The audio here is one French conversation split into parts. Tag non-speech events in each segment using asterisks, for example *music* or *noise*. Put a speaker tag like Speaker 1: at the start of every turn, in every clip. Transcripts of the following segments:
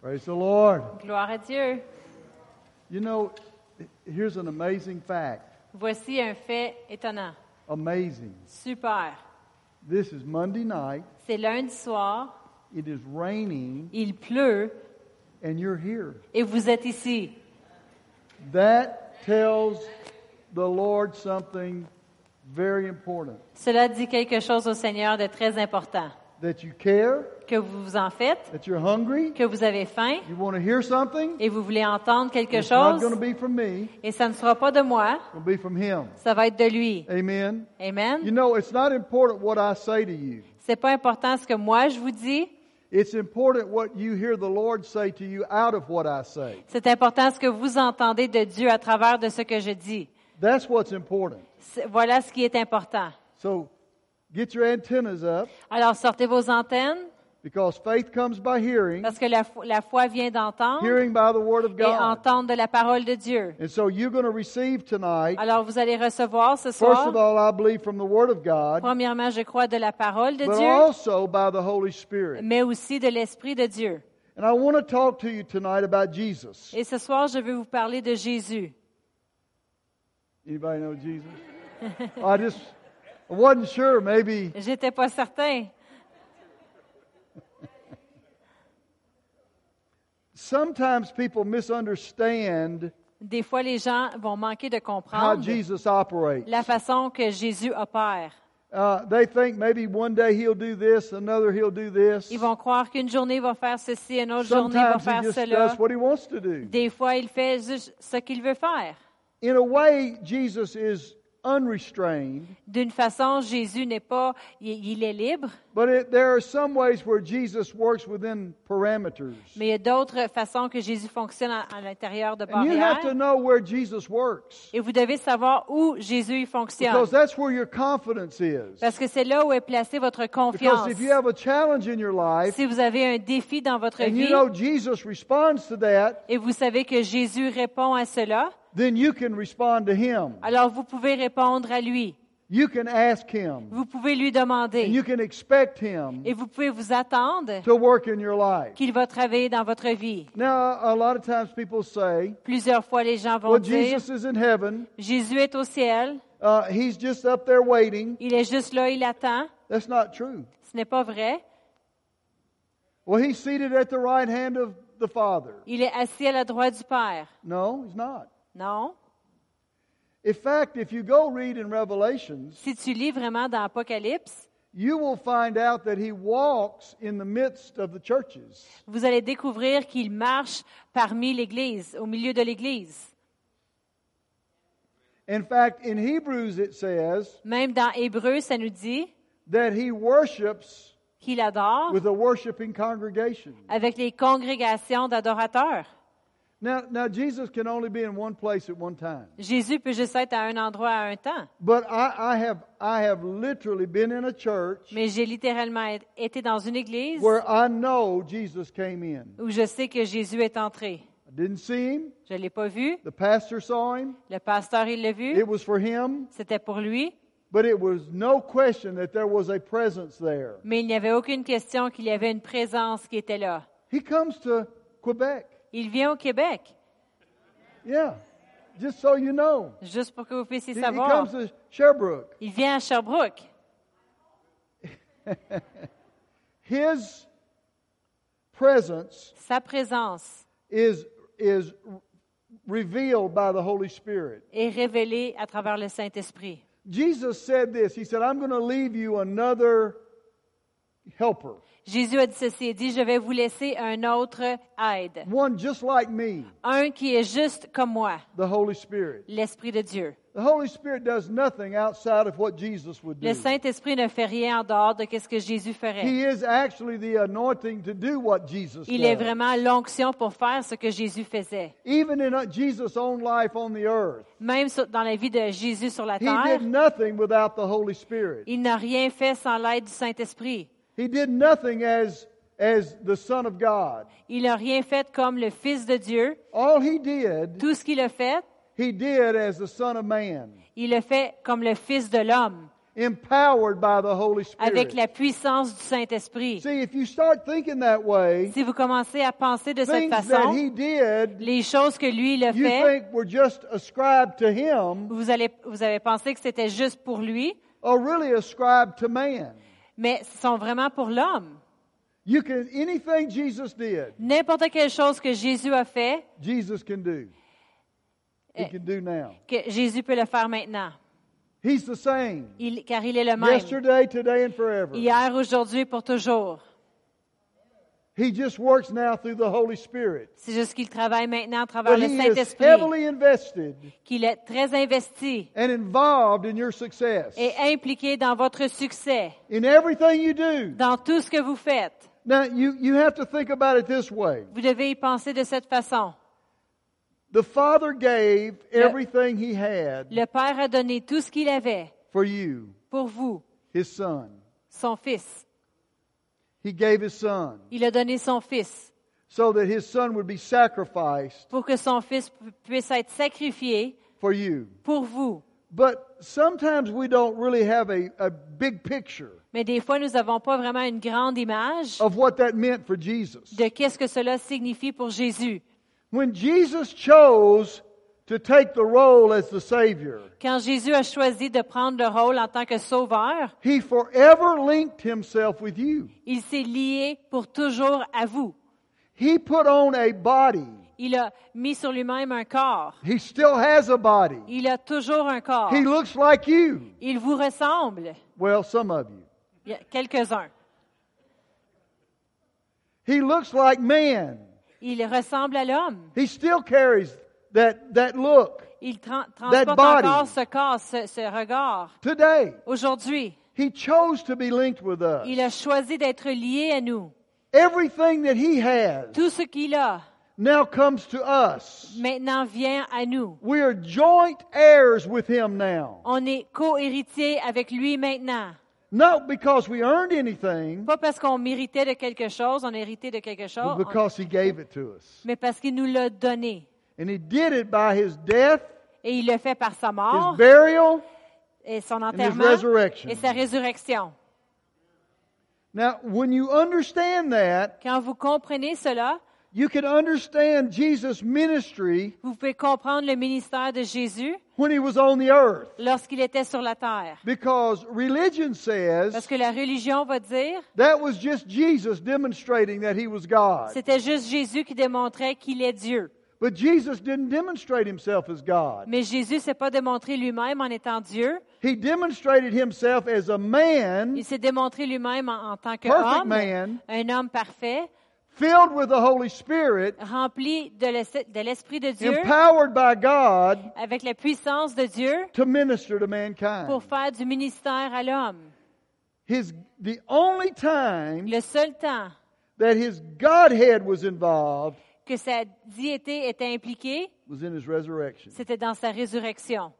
Speaker 1: Praise the Lord.
Speaker 2: Gloire à Dieu.
Speaker 1: You know, here's an amazing fact.
Speaker 2: Voici un fait étonnant.
Speaker 1: Amazing.
Speaker 2: Super.
Speaker 1: This is Monday night.
Speaker 2: C'est lundi soir,
Speaker 1: It is raining,
Speaker 2: il pleut
Speaker 1: and you're here.
Speaker 2: et vous êtes ici.
Speaker 1: That tells the Lord something very important
Speaker 2: Cela dit quelque chose au Seigneur de très important.
Speaker 1: that you care,
Speaker 2: Que vous vous en faites,
Speaker 1: that you're hungry,
Speaker 2: que vous avez faim
Speaker 1: you want to hear something.
Speaker 2: et vous voulez entendre quelque
Speaker 1: It's not
Speaker 2: chose
Speaker 1: going to be from me,
Speaker 2: et ça ne sera pas de moi,
Speaker 1: it's going to be from Him.
Speaker 2: ça va être de lui.
Speaker 1: Amen. You
Speaker 2: Amen.
Speaker 1: know, it's not important what I say to you.
Speaker 2: C'est pas important ce que moi je vous dis,
Speaker 1: It's important what you hear the Lord say to you out of what I say.
Speaker 2: c'est important ce que vous entendez de Dieu à travers de ce que je dis.
Speaker 1: That's what's important.
Speaker 2: C'est- Voilà ce qui est important.
Speaker 1: So get your antennas up
Speaker 2: Alors sortez vos antennes
Speaker 1: because faith comes by hearing,
Speaker 2: parce que la, fo- la foi vient d'entendre
Speaker 1: hearing by the Word of
Speaker 2: et
Speaker 1: God.
Speaker 2: entendre de la parole de Dieu.
Speaker 1: And so you're going to receive tonight,
Speaker 2: Alors vous allez recevoir ce
Speaker 1: first
Speaker 2: soir,
Speaker 1: of all, I believe, from the Word of God,
Speaker 2: premièrement, je crois, de la parole de
Speaker 1: but
Speaker 2: Dieu,
Speaker 1: also by the Holy Spirit.
Speaker 2: mais aussi de l'Esprit de Dieu.
Speaker 1: And I want to talk to you tonight about Jesus.
Speaker 2: Et ce soir, je vais vous parler de Jésus.
Speaker 1: Anybody know Jesus? I just I wasn't sure. Maybe
Speaker 2: J'étais pas certain.
Speaker 1: sometimes people misunderstand
Speaker 2: Des fois, les gens vont manquer de
Speaker 1: how
Speaker 2: comprendre
Speaker 1: Jesus operates.
Speaker 2: la façon que Jésus opère.
Speaker 1: Uh, they think maybe one day he'll do this, another he'll do this.
Speaker 2: Ils vont croire qu'une journée va faire ceci, une autre journée va
Speaker 1: Sometimes he
Speaker 2: faire
Speaker 1: just
Speaker 2: cela.
Speaker 1: does what he wants to do.
Speaker 2: Des fois, il fait juste ce qu'il veut faire.
Speaker 1: In a way, Jesus is unrestrained,
Speaker 2: D'une façon, Jésus n'est pas, il, il est libre,
Speaker 1: but it, there are some ways where Jesus works within parameters.
Speaker 2: mais il y a d'autres façons que Jésus fonctionne à, à l'intérieur de
Speaker 1: And you have to
Speaker 2: barrières.
Speaker 1: know where Jesus works
Speaker 2: Et vous devez savoir où Jésus il fonctionne,
Speaker 1: because that's where your confidence is.
Speaker 2: parce que c'est là où est placée votre
Speaker 1: Because
Speaker 2: confiance.
Speaker 1: if you have a challenge in your life
Speaker 2: Si vous avez un défi dans votre
Speaker 1: and you
Speaker 2: vie
Speaker 1: know Jesus responds to that,
Speaker 2: et vous savez que Jésus répond à cela,
Speaker 1: then you can respond to him.
Speaker 2: alors vous pouvez répondre à lui.
Speaker 1: You can ask him
Speaker 2: Vous pouvez lui
Speaker 1: and
Speaker 2: demander
Speaker 1: you can expect him
Speaker 2: et vous pouvez vous attendre
Speaker 1: to work in your life.
Speaker 2: qu'il va travailler dans votre vie.
Speaker 1: Now, a lot of times people say,
Speaker 2: Plusieurs fois, les gens vont
Speaker 1: well,
Speaker 2: dire,
Speaker 1: Jesus is in heaven.
Speaker 2: Jésus est au ciel,
Speaker 1: Uh, he's just up there waiting.
Speaker 2: il est juste là, il attend.
Speaker 1: That's not true.
Speaker 2: Ce n'est pas vrai.
Speaker 1: Well, he's seated at the right hand of the Father.
Speaker 2: Il est assis à la droite du Père.
Speaker 1: No, he's not.
Speaker 2: Non.
Speaker 1: In fact, if you go read in Revelations,
Speaker 2: Si tu lis vraiment dans Apocalypse,
Speaker 1: you will find out that he walks in the midst of the churches.
Speaker 2: vous allez découvrir qu'il marche parmi l'Église, au milieu de l'Église.
Speaker 1: In fact, in Hebrews, it says
Speaker 2: Même dans Hébreu, ça nous dit
Speaker 1: that he worships
Speaker 2: qu'il adore
Speaker 1: with a worshiping congregation.
Speaker 2: avec les congrégations d'adorateurs.
Speaker 1: Now, now Jesus can only be in one place at one time.
Speaker 2: Jésus peut juste être à un endroit à un temps.
Speaker 1: But I, I have I have literally been in a church
Speaker 2: Mais j'ai littéralement été dans une église
Speaker 1: where I know Jesus came in.
Speaker 2: où je sais que Jésus est entré.
Speaker 1: I didn't see him.
Speaker 2: Je ne l'ai pas vu.
Speaker 1: The pastor saw him.
Speaker 2: Le pasteur, il l'a vu.
Speaker 1: It was for him,
Speaker 2: C'était pour lui.
Speaker 1: but it was no question that there was a presence there.
Speaker 2: Mais il n'y avait aucune question qu'il y avait une présence qui était là.
Speaker 1: He comes to Quebec.
Speaker 2: Il vient au Québec,
Speaker 1: Yeah. Just so you know.
Speaker 2: juste pour que vous puissiez
Speaker 1: He, he
Speaker 2: savoir.
Speaker 1: comes to Sherbrooke.
Speaker 2: Il vient à Sherbrooke.
Speaker 1: His presence
Speaker 2: Sa présence
Speaker 1: is is revealed by the Holy Spirit.
Speaker 2: est révélée à travers le Saint-Esprit.
Speaker 1: Jesus said this. He said, I'm going to leave you another helper,
Speaker 2: Jésus a dit ceci et dit, je vais vous laisser un autre aide.
Speaker 1: one just like me,
Speaker 2: Un qui est juste comme moi,
Speaker 1: the Holy Spirit.
Speaker 2: l'Esprit de Dieu.
Speaker 1: The Holy Spirit does nothing outside of what Jesus would do.
Speaker 2: Le Saint-Esprit ne fait rien en dehors de ce que Jésus ferait.
Speaker 1: He is actually the anointing to do what Jesus
Speaker 2: Il est
Speaker 1: does.
Speaker 2: vraiment l'onction pour faire ce que Jésus faisait.
Speaker 1: Even in uh, Jesus' own life on the earth,
Speaker 2: Même sur- dans la vie de Jésus sur la
Speaker 1: he
Speaker 2: terre,
Speaker 1: did nothing without the Holy Spirit.
Speaker 2: il n'a rien fait sans l'aide du Saint-Esprit.
Speaker 1: He did nothing as as the Son of God.
Speaker 2: Il n'a rien fait comme le Fils de Dieu.
Speaker 1: All he did,
Speaker 2: Tout ce qu'il a fait,
Speaker 1: he did as the Son of Man.
Speaker 2: il le fait comme le Fils de l'homme.
Speaker 1: empowered by the Holy
Speaker 2: avec
Speaker 1: Spirit.
Speaker 2: la puissance du Saint-Esprit.
Speaker 1: See, if you start thinking that way,
Speaker 2: Si vous commencez à penser de cette
Speaker 1: things that
Speaker 2: façon,
Speaker 1: he did,
Speaker 2: les choses que lui il a
Speaker 1: you
Speaker 2: fait,
Speaker 1: think were just ascribed to him,
Speaker 2: vous, allez, vous avez pensé que c'était juste pour lui,
Speaker 1: are really ascribed to man.
Speaker 2: mais ce sont vraiment pour l'homme.
Speaker 1: You can anything Jesus did,
Speaker 2: N'importe quelle chose que Jésus a fait,
Speaker 1: Jesus can do. He
Speaker 2: Eh.
Speaker 1: can do now.
Speaker 2: que Jésus peut le faire maintenant,
Speaker 1: He's the same
Speaker 2: Il- car il est le même.
Speaker 1: yesterday, today, and forever.
Speaker 2: Hier, aujourd'hui, pour toujours.
Speaker 1: He just works now through the Holy Spirit.
Speaker 2: C'est juste qu'il travaille maintenant à travers
Speaker 1: But
Speaker 2: le
Speaker 1: he is
Speaker 2: Saint-Esprit,
Speaker 1: heavily invested
Speaker 2: qu'il est très investi
Speaker 1: and involved in your success.
Speaker 2: et impliqué dans votre succès,
Speaker 1: In everything you do.
Speaker 2: dans tout ce que vous faites.
Speaker 1: Now you, you have to think about it this way.
Speaker 2: Vous devez y penser de cette façon.
Speaker 1: The Father gave everything he had
Speaker 2: Le Père a donné tout ce qu'il avait
Speaker 1: for you,
Speaker 2: pour vous,
Speaker 1: his son.
Speaker 2: son Fils.
Speaker 1: He gave his son
Speaker 2: Il a donné son Fils
Speaker 1: so that his son would be sacrificed
Speaker 2: pour que son Fils pu- puisse être sacrifié
Speaker 1: for you.
Speaker 2: pour vous.
Speaker 1: But sometimes we don't really have a, a big picture
Speaker 2: Mais des fois, nous n'avons pas vraiment une grande image
Speaker 1: of what that meant for Jesus.
Speaker 2: de qu'est-ce que cela signifie pour Jésus.
Speaker 1: When Jesus chose to take the role as the Savior,
Speaker 2: Quand Jésus a choisi de prendre le rôle en tant que sauveur,
Speaker 1: he forever linked himself with you.
Speaker 2: il s'est lié pour toujours à vous.
Speaker 1: He put on a body.
Speaker 2: Il a mis sur lui-même un corps.
Speaker 1: He still has a body.
Speaker 2: Il a toujours un corps.
Speaker 1: He looks like you.
Speaker 2: Il vous ressemble.
Speaker 1: Well, some of you.
Speaker 2: Il y a quelques-uns.
Speaker 1: He looks like man.
Speaker 2: Il ressemble à l'homme.
Speaker 1: He still carries that, that look
Speaker 2: Il tra- transporte
Speaker 1: body.
Speaker 2: encore ce corps, ce, ce regard.
Speaker 1: today.
Speaker 2: Aujourd'hui,
Speaker 1: He chose to be linked with us.
Speaker 2: il a choisi d'être lié à nous.
Speaker 1: Everything that he has
Speaker 2: Tout ce qu'il a
Speaker 1: now comes to us.
Speaker 2: maintenant vient à nous.
Speaker 1: We are joint heirs with him now.
Speaker 2: On est co-héritier avec lui maintenant.
Speaker 1: Not because we earned anything,
Speaker 2: Pas parce qu'on méritait de quelque chose, on héritait de quelque
Speaker 1: but
Speaker 2: chose, on-
Speaker 1: because he gave it to us.
Speaker 2: mais parce qu'il nous l'a donné.
Speaker 1: And he did it by his death,
Speaker 2: Et il le fait par sa mort
Speaker 1: his burial,
Speaker 2: et son
Speaker 1: and his
Speaker 2: enterrement
Speaker 1: resurrection.
Speaker 2: et sa résurrection.
Speaker 1: Now, when you understand that,
Speaker 2: Quand vous comprenez cela,
Speaker 1: you can understand Jesus' ministry
Speaker 2: vous pouvez comprendre le ministère de Jésus
Speaker 1: when he was on the earth.
Speaker 2: lorsqu'il était sur la terre.
Speaker 1: Because religion
Speaker 2: Parce
Speaker 1: says
Speaker 2: que la religion va dire,
Speaker 1: that was just Jesus demonstrating that he was God.
Speaker 2: c'était juste Jésus qui démontrait qu'il est Dieu.
Speaker 1: But Jesus didn't demonstrate himself as God.
Speaker 2: Mais Jésus s'est pas démontré lui-même en étant Dieu.
Speaker 1: He demonstrated himself as a man
Speaker 2: Il s'est démontré lui-même en, en tant
Speaker 1: Perfect
Speaker 2: qu'homme,
Speaker 1: man.
Speaker 2: un homme parfait,
Speaker 1: filled with the Holy Spirit,
Speaker 2: rempli de l'es- de l'Esprit de Dieu,
Speaker 1: empowered by God
Speaker 2: avec la puissance de Dieu
Speaker 1: to minister to
Speaker 2: pour
Speaker 1: mankind.
Speaker 2: faire du ministère à l'homme.
Speaker 1: His the only time
Speaker 2: Le seul temps
Speaker 1: that his Godhead was involved
Speaker 2: que sa diété était impliquée,
Speaker 1: was in his resurrection
Speaker 2: c'était dans sa résurrection,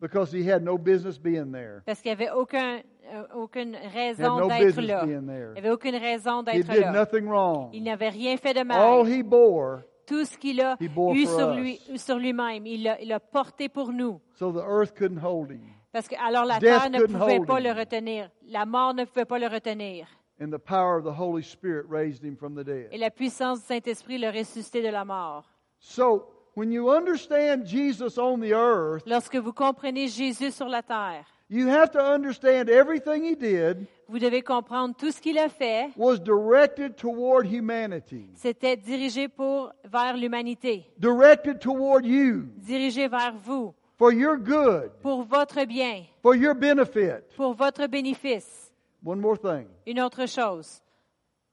Speaker 1: because he had no business being there.
Speaker 2: parce qu'il n'y avait aucun, euh, aucune
Speaker 1: He had
Speaker 2: raison
Speaker 1: no
Speaker 2: d'être
Speaker 1: business
Speaker 2: là. Il
Speaker 1: being there.
Speaker 2: n'y avait aucune raison
Speaker 1: He
Speaker 2: d'être
Speaker 1: did
Speaker 2: là.
Speaker 1: nothing
Speaker 2: Il
Speaker 1: wrong.
Speaker 2: n'avait rien fait de
Speaker 1: All
Speaker 2: mal.
Speaker 1: he bore
Speaker 2: Tout ce qu'il a
Speaker 1: He bore
Speaker 2: eu
Speaker 1: for
Speaker 2: sur
Speaker 1: us.
Speaker 2: lui, sur lui-même, il l'a il l'a porté pour nous.
Speaker 1: So the earth couldn't hold him,
Speaker 2: Parce que alors la
Speaker 1: Death
Speaker 2: terre ne
Speaker 1: couldn't
Speaker 2: pouvait
Speaker 1: hold
Speaker 2: pas
Speaker 1: him.
Speaker 2: le retenir. La mort ne pouvait pas le retenir.
Speaker 1: and the power of the Holy Spirit raised him from the
Speaker 2: Et
Speaker 1: dead.
Speaker 2: la puissance du Saint-Esprit le ressuscité de la mort.
Speaker 1: So when you understand Jesus on the earth,
Speaker 2: Lorsque vous comprenez Jésus sur la terre,
Speaker 1: you have to understand everything he did
Speaker 2: vous devez comprendre tout ce qu'il a fait,
Speaker 1: was directed toward humanity,
Speaker 2: c'était dirigé pour vers l'humanité,
Speaker 1: directed toward you,
Speaker 2: dirigé vers vous,
Speaker 1: for your good,
Speaker 2: pour votre bien,
Speaker 1: for your benefit.
Speaker 2: pour votre bénéfice.
Speaker 1: One more thing.
Speaker 2: Une autre chose,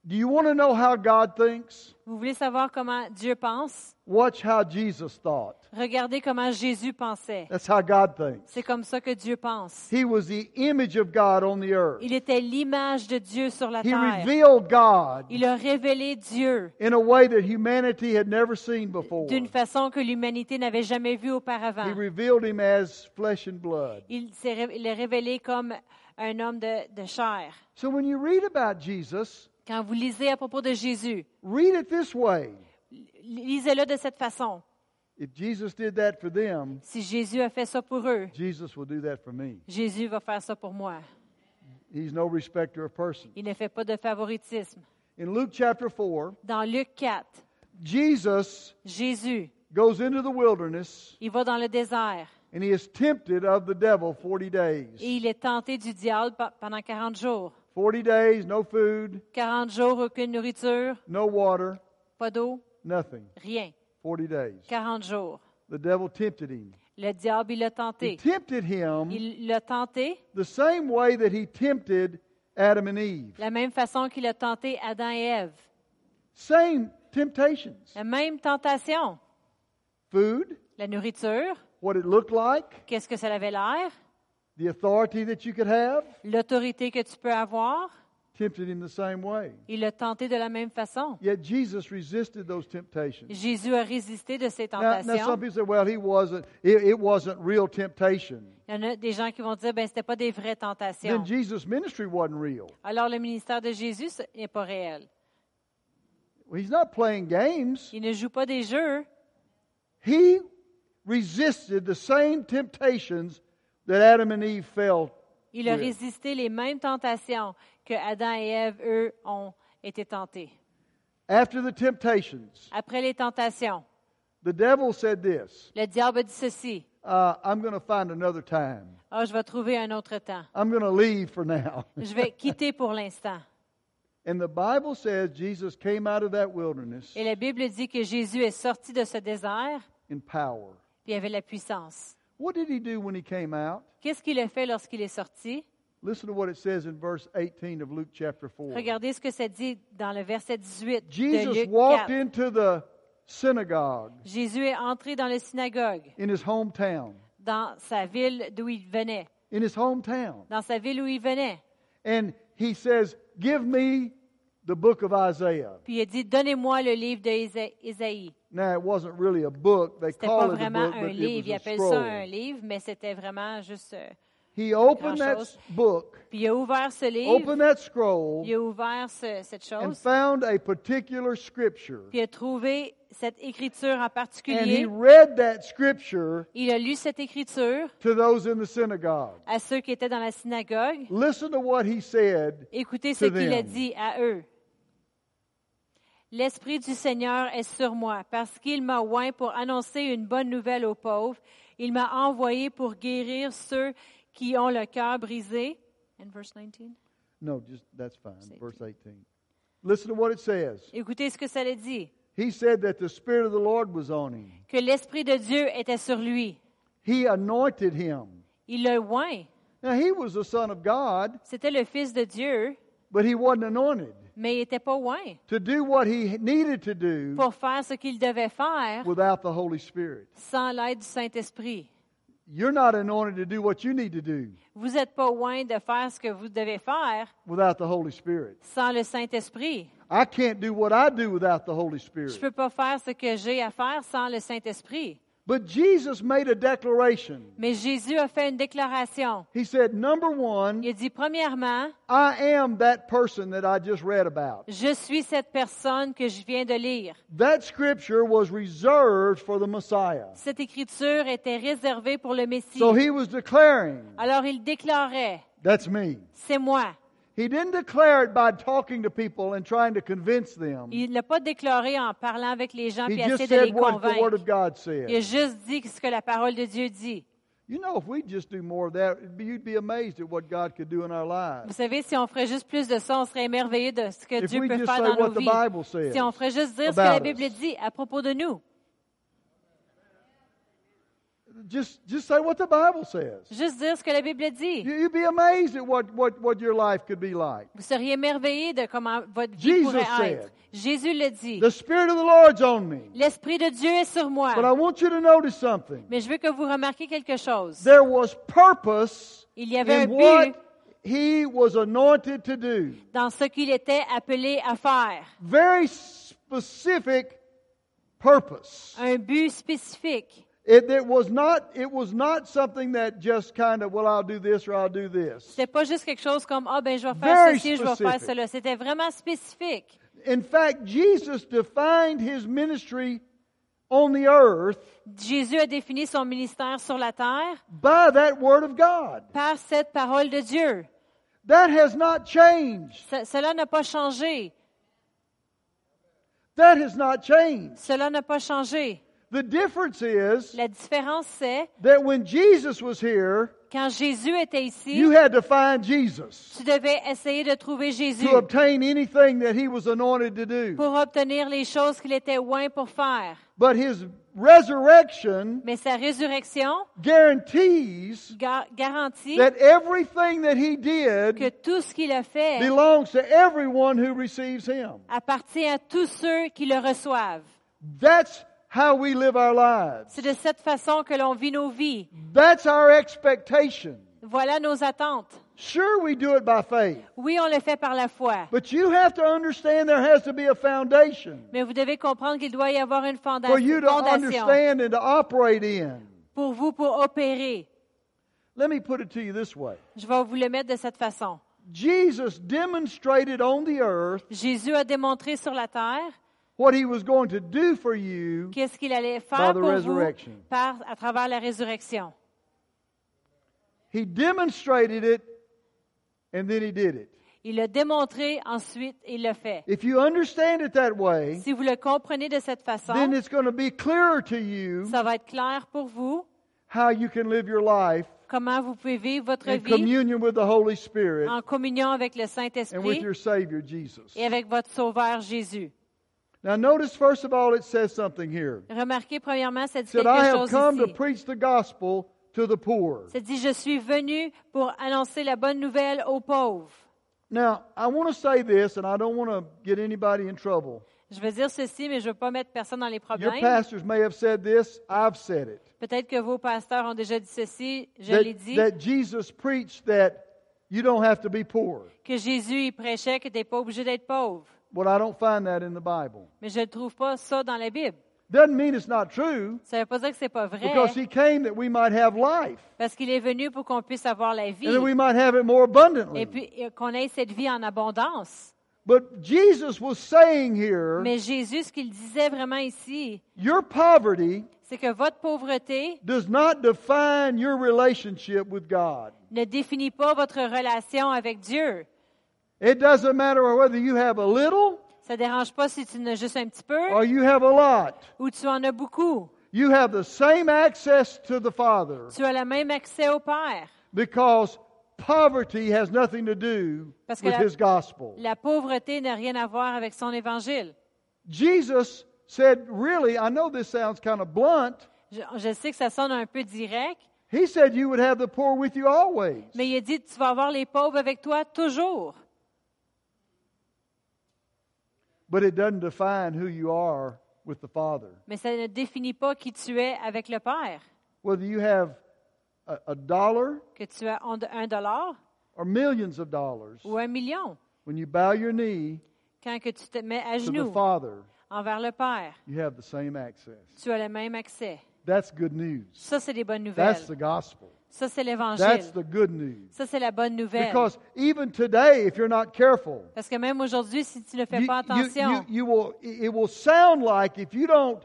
Speaker 1: Do you want to know how God thinks?
Speaker 2: vous voulez savoir comment Dieu pense
Speaker 1: Watch how Jesus thought.
Speaker 2: Regardez comment Jésus pensait.
Speaker 1: That's how God thinks.
Speaker 2: C'est comme ça que Dieu pense.
Speaker 1: He was the image of God on the earth.
Speaker 2: Il était l'image de Dieu sur la
Speaker 1: He
Speaker 2: terre.
Speaker 1: revealed God
Speaker 2: Il a révélé Dieu
Speaker 1: in a way that humanity had never seen before.
Speaker 2: d'une
Speaker 1: He
Speaker 2: façon que l'humanité n'avait jamais vue auparavant.
Speaker 1: revealed him as flesh and blood.
Speaker 2: Il s'est ré- il est révélé comme un homme de, de chair.
Speaker 1: So when you read about Jesus,
Speaker 2: Quand vous lisez à propos de Jésus,
Speaker 1: read it this way
Speaker 2: l- lisez-le de cette façon.
Speaker 1: If Jesus did that for them,
Speaker 2: Si Jésus a fait ça pour eux,
Speaker 1: Jesus will do that for me.
Speaker 2: Jésus va faire ça pour moi.
Speaker 1: He's no respecter of person.
Speaker 2: Il ne fait pas de favoritisme.
Speaker 1: In Luke chapter 4,
Speaker 2: Dans Luc 4,
Speaker 1: Jesus
Speaker 2: Jésus,
Speaker 1: goes into the wilderness
Speaker 2: il va dans le désert
Speaker 1: and he is tempted of the devil 40
Speaker 2: et
Speaker 1: days.
Speaker 2: il est tenté du diable pe- pendant 40 jours.
Speaker 1: 40 days, no food,
Speaker 2: 40 jours, aucune nourriture,
Speaker 1: no water,
Speaker 2: pas d'eau,
Speaker 1: nothing.
Speaker 2: rien.
Speaker 1: 40 days.
Speaker 2: 40 jours.
Speaker 1: The devil tempted him.
Speaker 2: Le diable, il l'a
Speaker 1: He
Speaker 2: tenté.
Speaker 1: tempted him
Speaker 2: Il l'a tenté
Speaker 1: the same way that he tempted Adam and Eve.
Speaker 2: de la même façon qu'il a tenté Adam et Ève.
Speaker 1: Same temptations.
Speaker 2: La même tentation.
Speaker 1: Food,
Speaker 2: La nourriture,
Speaker 1: what it looked like,
Speaker 2: qu'est-ce que ça avait l'air?
Speaker 1: the authority that you could have,
Speaker 2: L'autorité que tu peux avoir,
Speaker 1: tempted him the same way.
Speaker 2: il l'a tenté de la même façon.
Speaker 1: Yet Jesus resisted those temptations.
Speaker 2: Jésus a résisté de ces
Speaker 1: Now, now some
Speaker 2: tentations.
Speaker 1: people say, well, he wasn't, it, it wasn't real temptation.
Speaker 2: Il y en a des gens qui vont dire, ben, c'était pas des vraies tentations.
Speaker 1: Then Jesus' ministry wasn't real.
Speaker 2: Alors le ministère de Jésus ce n'est pas réel.
Speaker 1: Well, He's not playing games.
Speaker 2: Il ne joue pas des jeux.
Speaker 1: He resisted the same temptations that Adam and Eve fell.
Speaker 2: Il a
Speaker 1: Oui.
Speaker 2: résisté les mêmes tentations que Adam et Ève, eux, ont été tentés.
Speaker 1: After the temptations,
Speaker 2: Après les tentations,
Speaker 1: the devil said this
Speaker 2: le diable a dit ceci.
Speaker 1: uh, I'm going to find another time.
Speaker 2: Ah, je vais trouver un autre temps.
Speaker 1: I'm going to leave for now. *laughs*
Speaker 2: Je vais quitter pour l'instant.
Speaker 1: And the Bible says Jesus came out of that wilderness
Speaker 2: Et la Bible dit que Jésus est sorti de ce désert,
Speaker 1: in power.
Speaker 2: puis il avait la puissance.
Speaker 1: What did he do when he came out?
Speaker 2: Qu'est-ce qu'il a fait lorsqu'il est sorti?
Speaker 1: Listen to what it says in verse 18 of Luke chapter 4.
Speaker 2: Regardez ce que ça dit dans le verset 18 de
Speaker 1: Jesus
Speaker 2: Luc
Speaker 1: walked
Speaker 2: 4.
Speaker 1: into the synagogue
Speaker 2: Jésus est entré dans la synagogue,
Speaker 1: in his hometown.
Speaker 2: dans sa ville d'où il venait,
Speaker 1: In his hometown.
Speaker 2: dans sa ville où il venait.
Speaker 1: And he says, Give me the book of Isaiah.
Speaker 2: Puis il a dit, donnez-moi le livre de Isa- Isaïe.
Speaker 1: Now, it wasn't really a book. They
Speaker 2: C'était pas
Speaker 1: call it a
Speaker 2: vraiment
Speaker 1: book,
Speaker 2: un
Speaker 1: but it
Speaker 2: livre. Il
Speaker 1: was a
Speaker 2: appelle ça un
Speaker 1: scroll.
Speaker 2: livre, mais c'était vraiment juste. euh,
Speaker 1: He opened that
Speaker 2: Grand-chose.
Speaker 1: book,
Speaker 2: Puis il a ouvert ce livre,
Speaker 1: opened that scroll,
Speaker 2: il a ouvert ce- cette
Speaker 1: and
Speaker 2: chose,
Speaker 1: found a particular scripture.
Speaker 2: puis il a trouvé cette écriture en
Speaker 1: And he
Speaker 2: particulier.
Speaker 1: read that scripture
Speaker 2: Il a lu cette écriture
Speaker 1: to those in the synagogue.
Speaker 2: à ceux qui étaient dans la synagogue.
Speaker 1: Listen to what he said.
Speaker 2: Écoutez
Speaker 1: To
Speaker 2: ce qu'il a
Speaker 1: them.
Speaker 2: dit à eux. L'Esprit du Seigneur est sur moi parce qu'il m'a oint pour annoncer une bonne nouvelle aux pauvres. Il m'a envoyé pour guérir ceux qui ont le cœur brisé. And verse 19.
Speaker 1: No, just that's fine.
Speaker 2: Verse
Speaker 1: Verse 18. Listen to what it says.
Speaker 2: Écoutez ce que ça le dit.
Speaker 1: He said that the Spirit of the Lord was on him,
Speaker 2: Que l'Esprit de Dieu était sur lui.
Speaker 1: He anointed him.
Speaker 2: Il le oint.
Speaker 1: Now, he was the Son of God.
Speaker 2: C'était le Fils de Dieu,
Speaker 1: But he wasn't anointed
Speaker 2: mais il n'était pas oint
Speaker 1: to do what he needed to do
Speaker 2: pour faire ce qu'il devait faire
Speaker 1: without the Holy Spirit.
Speaker 2: sans l'aide du Saint-Esprit.
Speaker 1: You're not anointed to do what you need to do
Speaker 2: Vous n'êtes pas loin de faire ce que vous devez faire
Speaker 1: without the Holy Spirit.
Speaker 2: sans le Saint-Esprit.
Speaker 1: I can't do what I do without the Holy
Speaker 2: Je ne
Speaker 1: Spirit.
Speaker 2: peux pas faire ce que j'ai à faire sans le Saint-Esprit.
Speaker 1: But Jesus made a declaration.
Speaker 2: Mais Jésus a fait une déclaration.
Speaker 1: He said, Number
Speaker 2: Il
Speaker 1: one,
Speaker 2: a dit, premièrement,
Speaker 1: I am that person that I just read about.
Speaker 2: je suis cette personne que je viens de lire.
Speaker 1: That scripture was reserved for the Messiah.
Speaker 2: Cette écriture était réservée pour le Messie.
Speaker 1: So he was declaring,
Speaker 2: Alors il déclarait,
Speaker 1: That's me.
Speaker 2: c'est moi.
Speaker 1: He didn't declare it by talking to people and trying to convince them.
Speaker 2: Il ne l'a pas déclaré en parlant avec les gens
Speaker 1: He
Speaker 2: puis
Speaker 1: just
Speaker 2: essayer de les
Speaker 1: said what the Word
Speaker 2: convaincre.
Speaker 1: of God
Speaker 2: Il a
Speaker 1: said.
Speaker 2: juste dit ce que la parole de Dieu dit.
Speaker 1: You know, if we just do more of that, it'd be- you'd be amazed at what God could do in our
Speaker 2: Vous
Speaker 1: lives.
Speaker 2: savez, si on ferait juste plus de ça, on serait émerveillé de ce que
Speaker 1: If
Speaker 2: Dieu
Speaker 1: we
Speaker 2: peut
Speaker 1: just
Speaker 2: faire
Speaker 1: say
Speaker 2: dans
Speaker 1: what
Speaker 2: nos
Speaker 1: the
Speaker 2: vies.
Speaker 1: Bible says
Speaker 2: Si on ferait juste dire ce que la
Speaker 1: about
Speaker 2: Bible
Speaker 1: us.
Speaker 2: dit à propos de nous,
Speaker 1: Just, just say what the Bible says.
Speaker 2: juste dire ce que la Bible dit,
Speaker 1: You, would be amazed at what, what, what your life could be like.
Speaker 2: vous seriez émerveillé de comment votre vie
Speaker 1: Jesus
Speaker 2: pourrait
Speaker 1: said.
Speaker 2: être. Jésus le dit.
Speaker 1: The Spirit of the Lord's on me.
Speaker 2: L'Esprit de Dieu est sur moi.
Speaker 1: But I want you to notice something.
Speaker 2: Mais je veux que vous remarquiez quelque chose.
Speaker 1: There was purpose
Speaker 2: Il y avait un
Speaker 1: in what
Speaker 2: but
Speaker 1: He was anointed to do.
Speaker 2: dans ce qu'il était appelé à faire.
Speaker 1: Very specific purpose.
Speaker 2: Un but spécifique.
Speaker 1: It, it was not. It was not something that just kind of, well, I'll do this or I'll do this.
Speaker 2: C'était pas juste quelque chose comme, ah ben je vais faire
Speaker 1: Very
Speaker 2: ceci, je vais
Speaker 1: specific.
Speaker 2: faire cela. C'était vraiment spécifique.
Speaker 1: In fact, Jesus defined his ministry on the earth
Speaker 2: Jésus a défini son ministère sur la terre
Speaker 1: by that Word of God.
Speaker 2: par cette parole de Dieu.
Speaker 1: That has not changed.
Speaker 2: Ce- cela n'a pas changé.
Speaker 1: That has not changed.
Speaker 2: Cela n'a pas changé.
Speaker 1: The difference is
Speaker 2: La différence, c'est
Speaker 1: that when Jesus was here,
Speaker 2: quand Jésus était ici,
Speaker 1: you had to find Jesus
Speaker 2: tu devais essayer de trouver Jésus
Speaker 1: to obtain anything that he was anointed to do.
Speaker 2: pour obtenir les choses qu'il était loin pour faire.
Speaker 1: But his resurrection
Speaker 2: Mais sa résurrection
Speaker 1: guarantees
Speaker 2: gar- garantit
Speaker 1: that everything that he
Speaker 2: que
Speaker 1: did
Speaker 2: tout ce qu'il a fait
Speaker 1: belongs to everyone who receives him.
Speaker 2: appartient à tous ceux qui le reçoivent.
Speaker 1: That's how we live our lives.
Speaker 2: C'est de cette façon que l'on vit nos vies.
Speaker 1: That's our expectation.
Speaker 2: Voilà nos attentes.
Speaker 1: Sure, we do it by faith,
Speaker 2: Oui, on le fait par la foi.
Speaker 1: but you have to understand there has to be a foundation
Speaker 2: Mais vous devez comprendre qu'il doit y avoir une fonda-
Speaker 1: for you to
Speaker 2: fondation
Speaker 1: understand and to operate in.
Speaker 2: pour vous pour opérer.
Speaker 1: Let me put it to you this way
Speaker 2: Je vais vous le mettre de cette façon.
Speaker 1: Jesus demonstrated on the earth
Speaker 2: Jésus a démontré sur la terre
Speaker 1: what he was going to do for you
Speaker 2: qu'est-ce qu'il allait
Speaker 1: By
Speaker 2: faire
Speaker 1: the
Speaker 2: pour vous
Speaker 1: resurrection.
Speaker 2: par, à travers la résurrection.
Speaker 1: He demonstrated it and then he did it.
Speaker 2: Il l'a démontré, ensuite il le fait.
Speaker 1: If you understand it that way,
Speaker 2: Si vous le comprenez de cette
Speaker 1: then
Speaker 2: façon,
Speaker 1: it's going to be clearer to you
Speaker 2: ça va être clair pour vous
Speaker 1: how you can live your life
Speaker 2: comment vous pouvez vivre votre
Speaker 1: in
Speaker 2: vie
Speaker 1: communion with the Holy Spirit
Speaker 2: en communion avec le
Speaker 1: and with
Speaker 2: Saint-Esprit
Speaker 1: your Savior Jesus.
Speaker 2: et avec votre Sauveur Jésus.
Speaker 1: Now, notice first of all, it says something here.
Speaker 2: Remarquez premièrement, ça dit
Speaker 1: It said, I
Speaker 2: quelque
Speaker 1: have
Speaker 2: chose
Speaker 1: come to
Speaker 2: ici.
Speaker 1: preach the gospel to the poor.
Speaker 2: Ça dit, je suis venu pour annoncer la bonne nouvelle aux pauvres.
Speaker 1: Now, I want to say this, and I don't want to get anybody in trouble.
Speaker 2: Je veux dire ceci, mais je ne veux pas mettre personne dans les
Speaker 1: Your
Speaker 2: problèmes.
Speaker 1: pastors may have said this, I've said it.
Speaker 2: Peut-être que vos pasteurs ont déjà dit ceci, je l'ai
Speaker 1: That,
Speaker 2: dit,
Speaker 1: that Jesus preached that you don't have to be poor.
Speaker 2: que Jésus il prêchait que tu n'es pas obligé d'être pauvre.
Speaker 1: Well, I don't find that in the Bible.
Speaker 2: Mais je ne trouve pas ça dans la Bible.
Speaker 1: Doesn't mean it's not true,
Speaker 2: Ça ne veut pas dire que c'est pas vrai,
Speaker 1: because he came that we might have life
Speaker 2: parce qu'il est venu pour qu'on puisse avoir la vie
Speaker 1: and that we might have it more
Speaker 2: et
Speaker 1: abundantly.
Speaker 2: puis et qu'on ait cette vie en abondance.
Speaker 1: But Jesus was saying here,
Speaker 2: Mais Jésus, ce qu'il disait vraiment ici,
Speaker 1: your poverty
Speaker 2: c'est que votre pauvreté
Speaker 1: does not define your relationship with God.
Speaker 2: ne définit pas votre relation avec Dieu.
Speaker 1: It doesn't matter whether you have a little
Speaker 2: Ça dérange pas si tu en as juste un petit peu
Speaker 1: or you have a lot.
Speaker 2: ou tu en as beaucoup.
Speaker 1: You have the same access to the Father
Speaker 2: Tu as le même accès au Père.
Speaker 1: because poverty has nothing to do
Speaker 2: Parce que
Speaker 1: with
Speaker 2: la-
Speaker 1: His gospel.
Speaker 2: La pauvreté n'a rien à voir avec son évangile.
Speaker 1: Jesus said, really, I know this sounds kind of blunt.
Speaker 2: Je, je sais que ça sonne un peu direct,
Speaker 1: He said you would have the poor with you always.
Speaker 2: mais il a dit tu vas avoir les pauvres avec toi toujours.
Speaker 1: But it doesn't define who you are with the Father.
Speaker 2: Mais ça ne définit pas qui tu es avec le Père.
Speaker 1: Whether you have a, a dollar
Speaker 2: Que tu as un un dollar
Speaker 1: or millions of dollars,
Speaker 2: ou un million.
Speaker 1: when you bow your knee
Speaker 2: Quand que tu te mets à
Speaker 1: to the
Speaker 2: genoux
Speaker 1: Father,
Speaker 2: envers le Père,
Speaker 1: you have the same access.
Speaker 2: tu as le même accès.
Speaker 1: That's good news.
Speaker 2: Ça, c'est des bonnes
Speaker 1: That's the
Speaker 2: nouvelles.
Speaker 1: gospel.
Speaker 2: Ça,
Speaker 1: That's
Speaker 2: c'est l'évangile.
Speaker 1: the good news.
Speaker 2: Ça, c'est la bonne nouvelle.
Speaker 1: Because even today, if you're not careful,
Speaker 2: Parce que même aujourd'hui, si tu ne fais
Speaker 1: you,
Speaker 2: pas
Speaker 1: you,
Speaker 2: attention,
Speaker 1: you, you will, it will sound like if you don't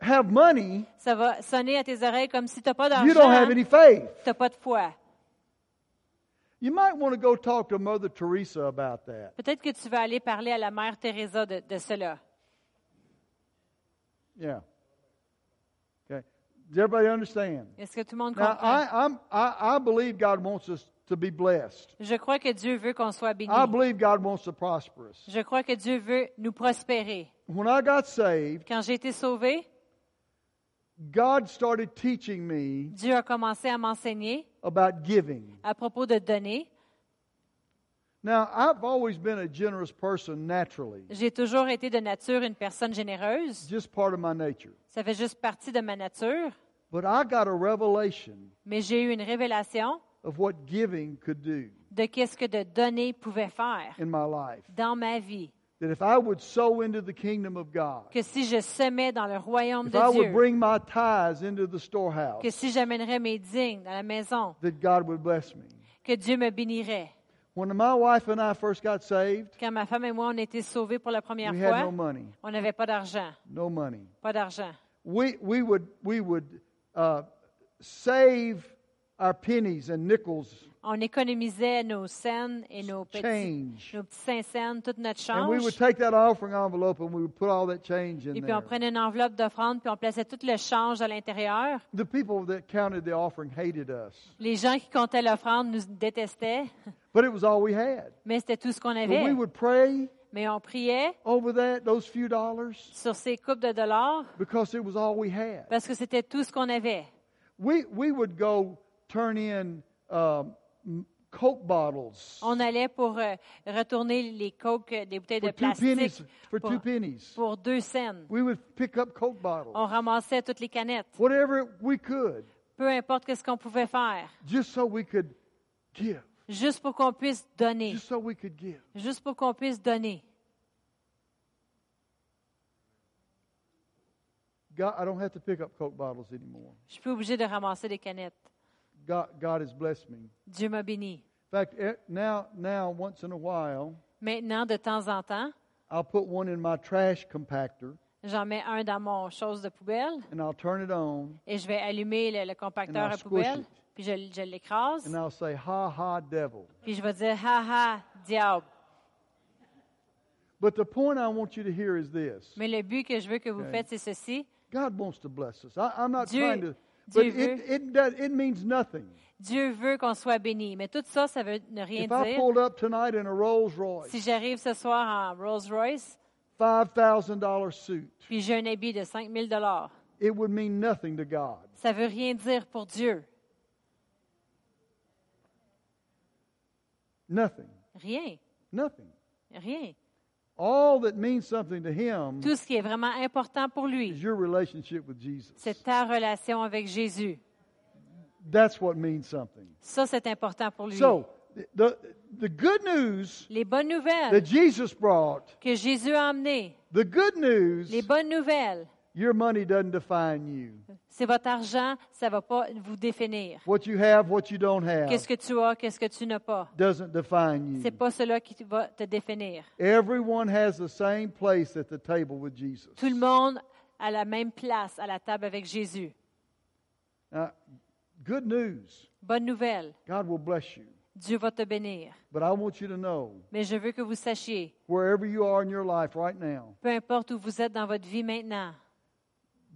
Speaker 1: have money,
Speaker 2: ça va sonner à tes oreilles comme si tu n'as pas
Speaker 1: you don't have
Speaker 2: d'argent,
Speaker 1: any
Speaker 2: tu
Speaker 1: faith.
Speaker 2: n'as pas de foi.
Speaker 1: You might want to go talk to Mother Teresa about that.
Speaker 2: Peut-être que tu vas aller parler à la mère Teresa de, de cela.
Speaker 1: Yeah. Okay. Does everybody understand?
Speaker 2: Est-ce que tout le monde
Speaker 1: Now,
Speaker 2: comprend?
Speaker 1: I, I'm, I, I believe God wants us to be blessed.
Speaker 2: Je crois que Dieu veut qu'on soit
Speaker 1: I
Speaker 2: bénis.
Speaker 1: believe God wants to prosper us.
Speaker 2: Je crois que Dieu veut nous prospérer.
Speaker 1: When I got saved,
Speaker 2: Quand j'ai été sauvée,
Speaker 1: God started teaching me
Speaker 2: Dieu a commencé à m'enseigner
Speaker 1: about giving.
Speaker 2: à propos de donner.
Speaker 1: Now, I've always been a generous person naturally,
Speaker 2: J'ai toujours été de nature une personne généreuse.
Speaker 1: just part of my nature.
Speaker 2: Ça fait juste partie de ma nature.
Speaker 1: But I got a revelation
Speaker 2: Mais j'ai eu une révélation
Speaker 1: of what giving could do
Speaker 2: de qu'est-ce que de donner pouvait faire
Speaker 1: in my life.
Speaker 2: dans ma vie.
Speaker 1: That if I would sow into the kingdom of God,
Speaker 2: Que si je semais dans le royaume
Speaker 1: If I
Speaker 2: de
Speaker 1: would
Speaker 2: Dieu,
Speaker 1: bring my tithes into the storehouse,
Speaker 2: que si j'amènerais mes dignes dans la maison,
Speaker 1: that God would bless me.
Speaker 2: que Dieu me bénirait.
Speaker 1: When my wife and I first got saved,
Speaker 2: Quand ma femme et moi, on a été sauvés pour la première
Speaker 1: we had no
Speaker 2: fois,
Speaker 1: money.
Speaker 2: on n'avait pas d'argent.
Speaker 1: No money.
Speaker 2: Pas d'argent.
Speaker 1: We, we would, we would uh, save our pennies and nickels,
Speaker 2: On économisait nos scènes et nos petits,
Speaker 1: change.
Speaker 2: nos petits cinq cents, toute notre
Speaker 1: And we would
Speaker 2: change.
Speaker 1: take that offering envelope and we would put all that change in
Speaker 2: Et puis on
Speaker 1: there.
Speaker 2: prenait une enveloppe d'offrande, puis on plaçait tout le change à l'intérieur.
Speaker 1: The people that counted the offering hated us,
Speaker 2: Les gens qui comptaient l'offrande nous détestaient, *laughs*
Speaker 1: but it was all we had.
Speaker 2: mais c'était tout ce qu'on
Speaker 1: But we
Speaker 2: avait.
Speaker 1: would pray
Speaker 2: Mais on priait
Speaker 1: over that, those few dollars,
Speaker 2: sur ces coupes de dollars
Speaker 1: because it was all we had.
Speaker 2: parce que c'était tout ce qu'on avait.
Speaker 1: We, we would go turn in um, m- Coke bottles
Speaker 2: On allait pour euh, retourner les coques, euh, des bouteilles
Speaker 1: for
Speaker 2: de
Speaker 1: two pennies.
Speaker 2: plastique
Speaker 1: For
Speaker 2: pour,
Speaker 1: two pennies.
Speaker 2: pour deux cents.
Speaker 1: We would pick up Coke bottles,
Speaker 2: On ramassait toutes les canettes,
Speaker 1: whatever we could,
Speaker 2: peu importe ce qu'on pouvait faire,
Speaker 1: just so we could give.
Speaker 2: juste pour qu'on puisse donner,
Speaker 1: Just so we could give.
Speaker 2: juste pour qu'on puisse donner.
Speaker 1: God, I don't have to pick up Coke bottles anymore.
Speaker 2: Je suis plus obligée de ramasser des canettes.
Speaker 1: God, God has blessed me.
Speaker 2: Dieu m'a béni.
Speaker 1: In fact, e- now, now, once in a while,
Speaker 2: Maintenant, de temps en temps,
Speaker 1: I'll put one in my trash compactor
Speaker 2: j'en mets un dans mon chose de poubelle
Speaker 1: and I'll turn it on
Speaker 2: et je vais allumer le, le
Speaker 1: And
Speaker 2: compacteur
Speaker 1: I'll
Speaker 2: à
Speaker 1: squish
Speaker 2: poubelle,
Speaker 1: it.
Speaker 2: puis je, je l'écrase,
Speaker 1: and I'll say, ha ha, devil.
Speaker 2: puis je vais dire ha ha, diable.
Speaker 1: But the point I want you to hear is this
Speaker 2: Mais le but que je veux que vous
Speaker 1: Okay.
Speaker 2: faites, c'est ceci.
Speaker 1: God wants to bless us. I, I'm not
Speaker 2: Dieu-
Speaker 1: trying to, but
Speaker 2: Dieu
Speaker 1: it, it, does, it means nothing.
Speaker 2: Dieu veut qu'on soit béni. Mais tout ça, ça veut ne rien
Speaker 1: If I
Speaker 2: dire.
Speaker 1: pulled up tonight in a Rolls Royce,
Speaker 2: Si j'arrive ce soir en Rolls Royce,
Speaker 1: $5,000 suit,
Speaker 2: puis j'ai un habit de 5 000 ça
Speaker 1: it would mean nothing to God.
Speaker 2: veut rien dire pour Dieu.
Speaker 1: Nothing.
Speaker 2: Rien.
Speaker 1: Nothing.
Speaker 2: Rien.
Speaker 1: All that means something to Him
Speaker 2: Tout ce qui est vraiment important pour
Speaker 1: is
Speaker 2: lui,
Speaker 1: your relationship with Jesus.
Speaker 2: c'est ta relation avec Jésus.
Speaker 1: That's what means something.
Speaker 2: Ça, c'est important pour lui.
Speaker 1: So, the- the, the good news
Speaker 2: Les bonnes
Speaker 1: that
Speaker 2: nouvelles
Speaker 1: Jesus brought,
Speaker 2: que Jésus a emmenées,
Speaker 1: the good news,
Speaker 2: les bonnes nouvelles,
Speaker 1: your money doesn't define you.
Speaker 2: c'est votre argent, ça ne va pas vous définir.
Speaker 1: What you have, what you don't
Speaker 2: Qu'est-ce
Speaker 1: have,
Speaker 2: que tu as, qu'est-ce que tu n'as pas.
Speaker 1: doesn't define
Speaker 2: C'est
Speaker 1: you.
Speaker 2: pas cela qui va te définir.
Speaker 1: Everyone has the same place at the table with Jesus.
Speaker 2: Tout le monde à la même place à la table avec Jésus.
Speaker 1: Now, good news.
Speaker 2: Bonne nouvelle,
Speaker 1: God will bless you.
Speaker 2: Dieu va te bénir.
Speaker 1: But I want you to know,
Speaker 2: Mais je veux que vous sachiez,
Speaker 1: wherever you are in your life right now,
Speaker 2: peu importe où vous êtes dans votre vie maintenant,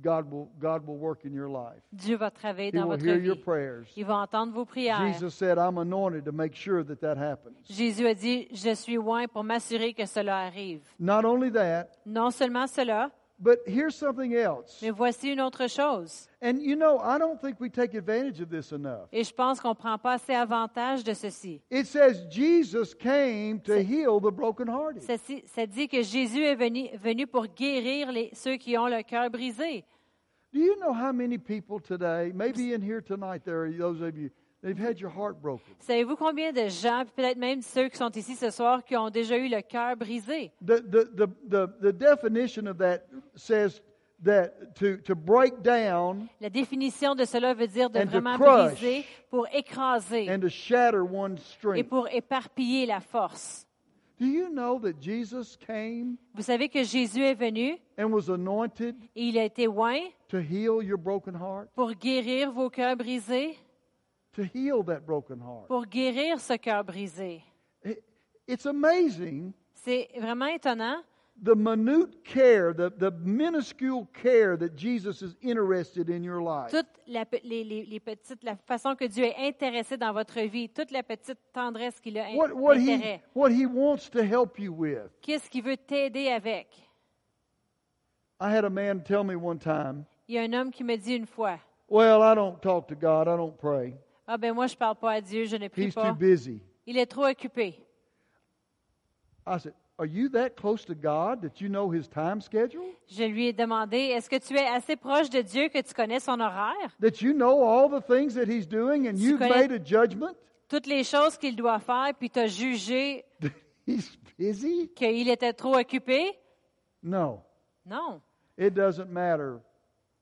Speaker 1: God will, God will work in your life.
Speaker 2: Dieu va travailler
Speaker 1: He
Speaker 2: dans
Speaker 1: will
Speaker 2: votre
Speaker 1: hear your
Speaker 2: vie.
Speaker 1: prayers.
Speaker 2: Il va entendre vos prières.
Speaker 1: Jesus said, I'm anointed to make sure that that happens.
Speaker 2: Jésus a dit, je suis loin pour m'assurer que cela arrive.
Speaker 1: Not only that,
Speaker 2: Non seulement cela,
Speaker 1: but here's something else.
Speaker 2: mais voici une autre chose.
Speaker 1: And you know, I don't think we take advantage of this enough.
Speaker 2: Et je pense qu'on ne prend pas assez avantage de ceci.
Speaker 1: It says Jesus came to heal the brokenhearted.
Speaker 2: Ceci- Ça dit que Jésus est venu, venu pour guérir les- ceux qui ont le cœur brisé.
Speaker 1: Do you know how many people today, maybe in here tonight, there are those of you, they've had your heart broken.
Speaker 2: Savez-vous combien de gens, puis peut-être même ceux qui sont ici ce soir, qui ont déjà eu le cœur brisé?
Speaker 1: The, the, the, the, the definition of that says that to, to break down
Speaker 2: La définition de cela veut dire de
Speaker 1: And to
Speaker 2: vraiment
Speaker 1: crush.
Speaker 2: briser pour écraser
Speaker 1: and to shatter one's
Speaker 2: et
Speaker 1: strength.
Speaker 2: pour éparpiller la force.
Speaker 1: Do you know that Jesus came
Speaker 2: Vous savez que Jésus est venu
Speaker 1: and was anointed
Speaker 2: et il a été loin
Speaker 1: to heal your broken heart?
Speaker 2: pour guérir vos cœurs brisés,
Speaker 1: To heal that broken heart.
Speaker 2: pour guérir ce cœur brisé.
Speaker 1: It- It's amazing
Speaker 2: C'est vraiment étonnant
Speaker 1: the minute care, the, the minuscule care that Jesus is interested in your life.
Speaker 2: toute la, pe- les, les- les petites, la façon que Dieu est intéressé dans votre vie, toute la petite tendresse qu'il a in-
Speaker 1: What, what, he,
Speaker 2: intérêt.
Speaker 1: what he wants to help you with.
Speaker 2: Qu'est-ce qu'il veut t'aider avec?
Speaker 1: I had a man tell me one time,
Speaker 2: Il y a un homme qui me dit une fois,
Speaker 1: Well, I don't talk to God. I don't pray.
Speaker 2: ah ben moi je parle pas à Dieu, je ne prie
Speaker 1: He's too
Speaker 2: pas.
Speaker 1: busy.
Speaker 2: Il est trop occupé.
Speaker 1: I said, Are you that close to God that you know His time schedule?
Speaker 2: Je lui ai demandé, est-ce que tu es assez proche de Dieu que tu connais son horaire,
Speaker 1: That you know all the things that He's doing and
Speaker 2: Tu
Speaker 1: you've
Speaker 2: connais-
Speaker 1: made a judgment? *laughs*
Speaker 2: toutes les choses qu'il doit faire, puis tu as jugé
Speaker 1: He's busy?
Speaker 2: qu'il était trop occupé?
Speaker 1: No,
Speaker 2: Non,
Speaker 1: it doesn't matter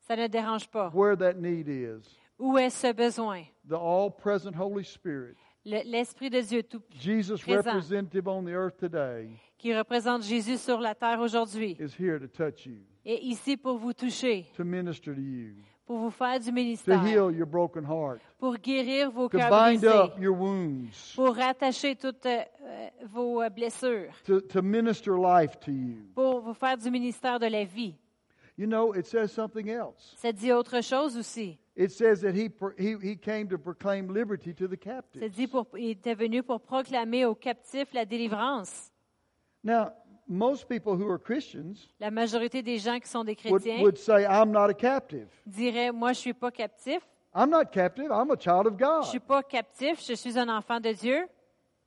Speaker 2: ça ne dérange pas.
Speaker 1: where that need is.
Speaker 2: Où est ce besoin?
Speaker 1: The all present Holy Spirit
Speaker 2: Le- L'Esprit de Dieu tout,
Speaker 1: Jesus'
Speaker 2: Présent.
Speaker 1: representative on the earth today
Speaker 2: qui représente Jésus sur la terre aujourd'hui,
Speaker 1: is here to touch you,
Speaker 2: est ici pour vous toucher,
Speaker 1: to minister to you,
Speaker 2: pour vous faire du
Speaker 1: to
Speaker 2: ministère,
Speaker 1: heal your broken heart,
Speaker 2: pour guérir vos
Speaker 1: to
Speaker 2: cœurs
Speaker 1: bind
Speaker 2: brisés,
Speaker 1: up your wounds,
Speaker 2: pour rattacher toutes euh, euh, vos euh, blessures,
Speaker 1: to, to minister life to you.
Speaker 2: pour vous faire du ministère de la vie.
Speaker 1: You know, it says something else.
Speaker 2: Ça dit autre chose aussi.
Speaker 1: It says that he, pro- he, he came to proclaim liberty to the
Speaker 2: Ça
Speaker 1: captives.
Speaker 2: dit pour, il était venu pour proclamer aux captifs la délivrance.
Speaker 1: Now, most people who are Christians
Speaker 2: La majorité des gens qui sont des
Speaker 1: would,
Speaker 2: chrétiens
Speaker 1: would say, I'm not a captive.
Speaker 2: diraient, moi, je suis pas captif.
Speaker 1: I'm not captive. I'm a child of
Speaker 2: Je suis
Speaker 1: God.
Speaker 2: pas captif. Je suis un enfant de Dieu.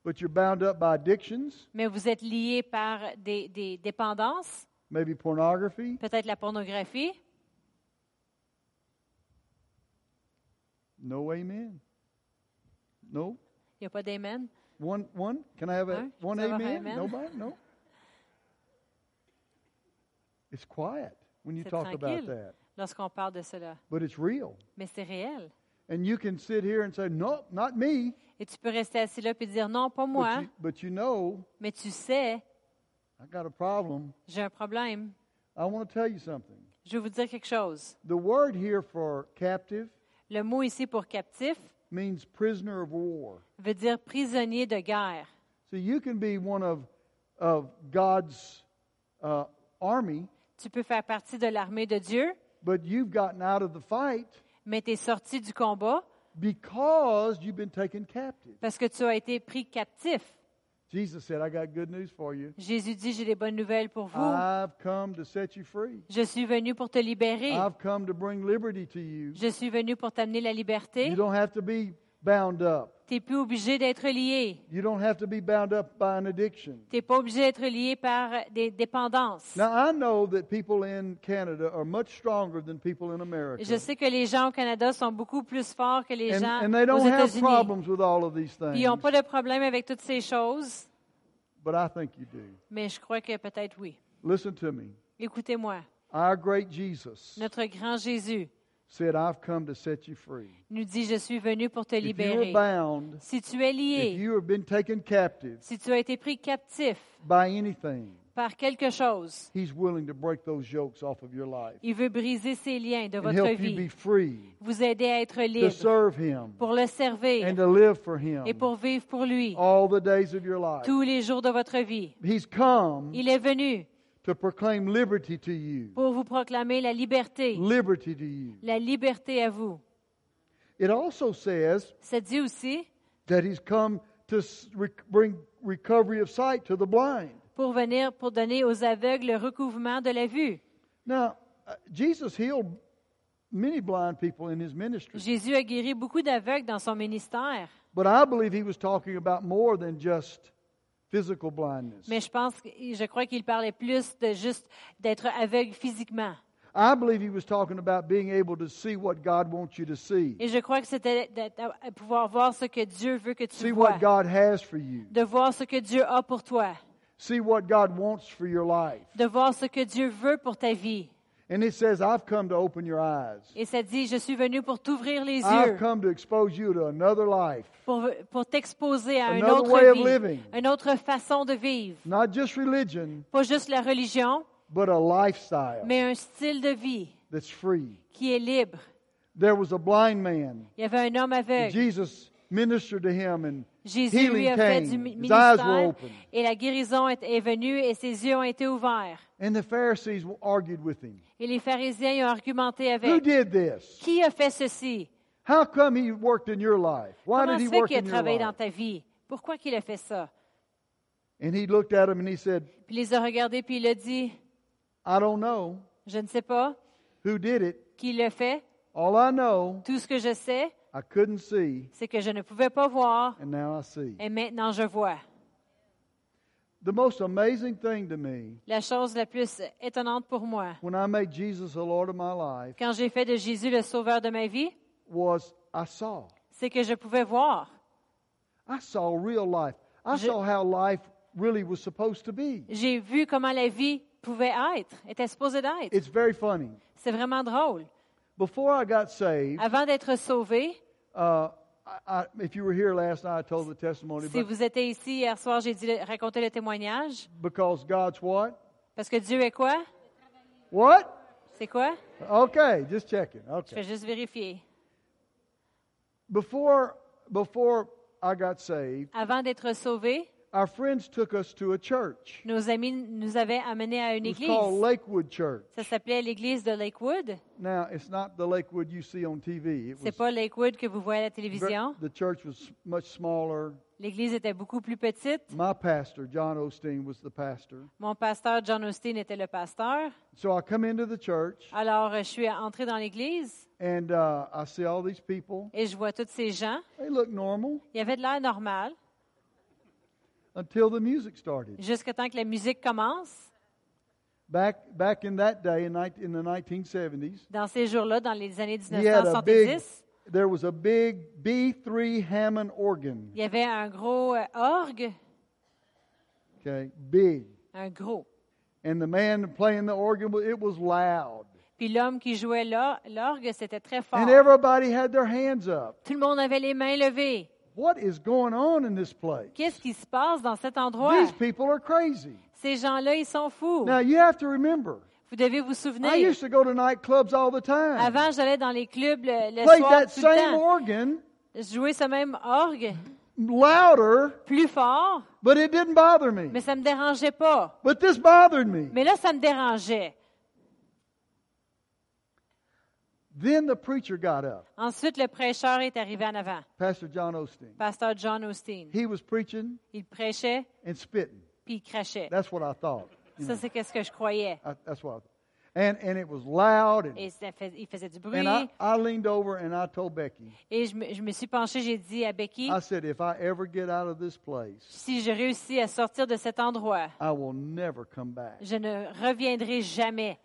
Speaker 1: But you're bound up by addictions,
Speaker 2: Mais vous êtes liés par des, des dépendances,
Speaker 1: maybe pornography,
Speaker 2: peut-être la pornographie.
Speaker 1: No amen. No.
Speaker 2: Il n'y a pas d'amen.
Speaker 1: One one? Can I have a
Speaker 2: Huh?
Speaker 1: one
Speaker 2: Can I have
Speaker 1: amen?
Speaker 2: a amen?
Speaker 1: Nobody? No. It's quiet when you
Speaker 2: C'est
Speaker 1: talk about
Speaker 2: tranquille
Speaker 1: that.
Speaker 2: lorsqu'on parle de cela.
Speaker 1: But it's real.
Speaker 2: Mais c'est réel.
Speaker 1: And you can sit here and say, Nope, not me.
Speaker 2: Et tu peux rester assis là et dire, non, pas
Speaker 1: But
Speaker 2: moi,
Speaker 1: you, but you know,
Speaker 2: mais tu sais,
Speaker 1: I got a problem.
Speaker 2: j'ai un problème.
Speaker 1: I want to tell you something.
Speaker 2: Je vais vous dire quelque chose.
Speaker 1: The word here for captive
Speaker 2: Le mot ici pour captif
Speaker 1: means prisoner of war.
Speaker 2: veut dire prisonnier de guerre.
Speaker 1: So you can be one of of God's uh, army,
Speaker 2: Tu peux faire partie de l'armée de Dieu,
Speaker 1: but you've gotten out of the fight
Speaker 2: mais tu es sorti du combat
Speaker 1: because you've been taken captive.
Speaker 2: parce que tu as été pris captif.
Speaker 1: Jesus said, I got good news for you.
Speaker 2: Jésus dit, j'ai des bonnes nouvelles pour vous.
Speaker 1: I've come to set you free.
Speaker 2: Je suis venu pour te libérer.
Speaker 1: I've come to bring liberty to you.
Speaker 2: Je suis venu pour t'amener la liberté.
Speaker 1: You don't have to be bound up.
Speaker 2: Tu n'es plus obligé d'être lié.
Speaker 1: You don't have to be bound up by an addiction.
Speaker 2: Tu n'es pas obligé d'être lié par des dépendances.
Speaker 1: Now, I know that people in Canada are much stronger than people in
Speaker 2: Je
Speaker 1: America.
Speaker 2: sais que les gens au Canada sont beaucoup plus forts que les
Speaker 1: And,
Speaker 2: gens
Speaker 1: and they
Speaker 2: aux
Speaker 1: don't have
Speaker 2: États-Unis.
Speaker 1: problems with all of these
Speaker 2: Ils
Speaker 1: things.
Speaker 2: n'ont pas de problème avec toutes ces choses,
Speaker 1: But I think you do.
Speaker 2: mais je crois que peut-être oui.
Speaker 1: Listen to me.
Speaker 2: Écoutez-moi,
Speaker 1: Our great Jesus
Speaker 2: notre grand Jésus
Speaker 1: said, I've come to set you free.
Speaker 2: nous dit, je suis venu pour te
Speaker 1: If you are
Speaker 2: libérer.
Speaker 1: bound,
Speaker 2: Si tu es
Speaker 1: if
Speaker 2: lié,
Speaker 1: you have been taken captive
Speaker 2: si tu as été pris captif
Speaker 1: by anything,
Speaker 2: par quelque chose,
Speaker 1: He's willing to break those yokes off of your life
Speaker 2: il veut briser ses liens de
Speaker 1: and
Speaker 2: votre
Speaker 1: help you be
Speaker 2: vie,
Speaker 1: free
Speaker 2: vous aider à être
Speaker 1: to
Speaker 2: libre,
Speaker 1: serve Him
Speaker 2: pour le
Speaker 1: and
Speaker 2: servir
Speaker 1: to live for Him
Speaker 2: et pour vivre pour lui
Speaker 1: all the days of your life.
Speaker 2: tous les jours de votre vie.
Speaker 1: He's come
Speaker 2: Il est venu
Speaker 1: to proclaim liberty to you,
Speaker 2: pour vous proclamer la liberté,
Speaker 1: liberty to you.
Speaker 2: la liberté à vous.
Speaker 1: It also says
Speaker 2: Ça dit aussi
Speaker 1: that He's come to s- rec- bring recovery of sight to the blind.
Speaker 2: pour venir pour donner aux aveugles le recouvrement de la vue.
Speaker 1: Now, uh, Jesus healed many blind people in His ministry,
Speaker 2: Jésus a guéri beaucoup d'aveugles dans son ministère,
Speaker 1: but I believe He was talking about more than just physical blindness.
Speaker 2: mais je pense, je crois qu'il parlait plus de juste d'être aveugle physiquement.
Speaker 1: I believe he was talking about being able to see what God wants you to see,
Speaker 2: Et je crois que c'était de- de- de pouvoir voir ce que Dieu veut que tu
Speaker 1: see
Speaker 2: vois,
Speaker 1: what God has for you,
Speaker 2: de voir ce que Dieu a pour toi,
Speaker 1: see what God wants for your life.
Speaker 2: de voir ce que Dieu veut pour ta vie.
Speaker 1: And it says, I've come to open your eyes,
Speaker 2: Et ça dit, je suis venu pour t'ouvrir les yeux,
Speaker 1: I've come to expose you to another life,
Speaker 2: pour, pour t'exposer à une
Speaker 1: Another
Speaker 2: autre
Speaker 1: way of
Speaker 2: vie,
Speaker 1: living.
Speaker 2: une autre façon de vivre.
Speaker 1: not just religion,
Speaker 2: Pas juste la religion,
Speaker 1: but a lifestyle
Speaker 2: mais un style de vie
Speaker 1: that's free.
Speaker 2: qui est libre.
Speaker 1: There was a blind man.
Speaker 2: Il y avait un homme
Speaker 1: and
Speaker 2: aveugle.
Speaker 1: Jesus ministered to him, and
Speaker 2: Jésus lui
Speaker 1: healing
Speaker 2: a fait du
Speaker 1: came.
Speaker 2: mi-
Speaker 1: His eyes were
Speaker 2: ministère
Speaker 1: open.
Speaker 2: et la guérison est, est venue et ses yeux ont été ouverts.
Speaker 1: And the Pharisees argued with him.
Speaker 2: Et les pharisiens y ont argumenté
Speaker 1: Who
Speaker 2: avec
Speaker 1: did this?
Speaker 2: Qui a fait ceci
Speaker 1: How come he worked in your life? Why
Speaker 2: Comment
Speaker 1: did he
Speaker 2: se fait
Speaker 1: work
Speaker 2: qu'il a
Speaker 1: in your
Speaker 2: travaillé dans
Speaker 1: life?
Speaker 2: ta vie Pourquoi qu'il a fait ça
Speaker 1: And he looked at him and he said,
Speaker 2: Puis il les a regardés puis il a dit
Speaker 1: I don't know
Speaker 2: Je ne sais pas
Speaker 1: who did it.
Speaker 2: qui l'a fait.
Speaker 1: All I know,
Speaker 2: Tout ce que je sais,
Speaker 1: I couldn't see,
Speaker 2: c'est que je ne pouvais pas voir
Speaker 1: and now I see.
Speaker 2: et maintenant je vois.
Speaker 1: The most amazing thing to me
Speaker 2: La chose la plus étonnante pour moi,
Speaker 1: when I made Jesus the Lord of my life
Speaker 2: quand j'ai fait de Jésus le sauveur de ma vie,
Speaker 1: was I saw.
Speaker 2: c'est que je pouvais voir.
Speaker 1: I saw real life. I
Speaker 2: Je-
Speaker 1: saw how life really was supposed to be.
Speaker 2: J'ai vu comment la vie pouvait être, était supposée d'être.
Speaker 1: It's very funny.
Speaker 2: C'est vraiment drôle.
Speaker 1: Before I got saved,
Speaker 2: Avant d'être sauvé,
Speaker 1: uh, I, I, if you were here last night, I told the testimony, but
Speaker 2: Si vous étiez ici hier soir, j'ai dit raconter le témoignage.
Speaker 1: because God's what?
Speaker 2: Parce que Dieu est quoi?
Speaker 1: What?
Speaker 2: C'est quoi?
Speaker 1: Okay, just checking.
Speaker 2: Je
Speaker 1: Okay.
Speaker 2: vais juste vérifier.
Speaker 1: Before before I got saved,
Speaker 2: Avant d'être sauvé,
Speaker 1: our friends took us to a church.
Speaker 2: nos amis nous avaient amenés à une
Speaker 1: It was called
Speaker 2: église.
Speaker 1: Lakewood Church.
Speaker 2: Ça s'appelait l'église de Lakewood.
Speaker 1: Now it's not the Lakewood you see on TV. It
Speaker 2: C'est
Speaker 1: was
Speaker 2: pas Lakewood que vous voyez à la
Speaker 1: ver-
Speaker 2: télévision.
Speaker 1: the church was much smaller.
Speaker 2: L'église était beaucoup plus petite.
Speaker 1: My pastor, John Osteen, was the pastor.
Speaker 2: Mon pasteur John Austin était le pasteur.
Speaker 1: So I come into the church
Speaker 2: Alors, euh, je suis entrée dans l'église
Speaker 1: and uh, I see all these people.
Speaker 2: et je vois tous ces gens.
Speaker 1: They look normal
Speaker 2: Il y avait de l'air normal
Speaker 1: until the music started.
Speaker 2: jusqu'à temps que la musique commence.
Speaker 1: Back back in that day in, ni- in the 1970s,
Speaker 2: Dans ces jours-là, dans les années
Speaker 1: he had a big.
Speaker 2: 1970,
Speaker 1: There was a big B3 Hammond organ.
Speaker 2: il y avait un gros euh, orgue,
Speaker 1: Okay, big.
Speaker 2: un gros.
Speaker 1: And the man playing the organ, it was loud.
Speaker 2: Puis l'homme qui jouait l'or- l'orgue, c'était très fort.
Speaker 1: And everybody had their hands up.
Speaker 2: Tout le monde avait les mains levées.
Speaker 1: What is going on in this place?
Speaker 2: Qu'est-ce qui se passe dans cet endroit?
Speaker 1: These people are crazy.
Speaker 2: Ces gens-là, ils sont fous.
Speaker 1: Now you have to remember,
Speaker 2: Vous devez vous
Speaker 1: I
Speaker 2: souvenir.
Speaker 1: used to go to nightclubs all the time.
Speaker 2: Avant, j'allais dans les clubs le, le
Speaker 1: Played
Speaker 2: soir
Speaker 1: that
Speaker 2: tout le
Speaker 1: same
Speaker 2: temps.
Speaker 1: organ
Speaker 2: Je jouais ce même orgue
Speaker 1: louder,
Speaker 2: plus fort,
Speaker 1: but it didn't bother
Speaker 2: mais
Speaker 1: me.
Speaker 2: ça me dérangeait pas.
Speaker 1: But this bothered me.
Speaker 2: Mais là, ça me dérangeait.
Speaker 1: Then the preacher got up,
Speaker 2: Ensuite, le prêcheur est arrivé en avant,
Speaker 1: Pastor John Osteen.
Speaker 2: pasteur John Austin.
Speaker 1: He was preaching
Speaker 2: Il prêchait
Speaker 1: and spitting.
Speaker 2: puis il crachait.
Speaker 1: That's what I thought.
Speaker 2: Ça, c'est qu'est-ce que je croyais.
Speaker 1: I, that's what I thought. And and it was loud and
Speaker 2: Et ça fait- il faisait du bruit.
Speaker 1: and I, I leaned over and I told Becky,
Speaker 2: Et je me, je me suis penchée, j'ai dit à Becky,
Speaker 1: I said, if I ever get out of this place,
Speaker 2: si je réussis à sortir de cet endroit,
Speaker 1: I will never come back.
Speaker 2: je ne reviendrai jamais.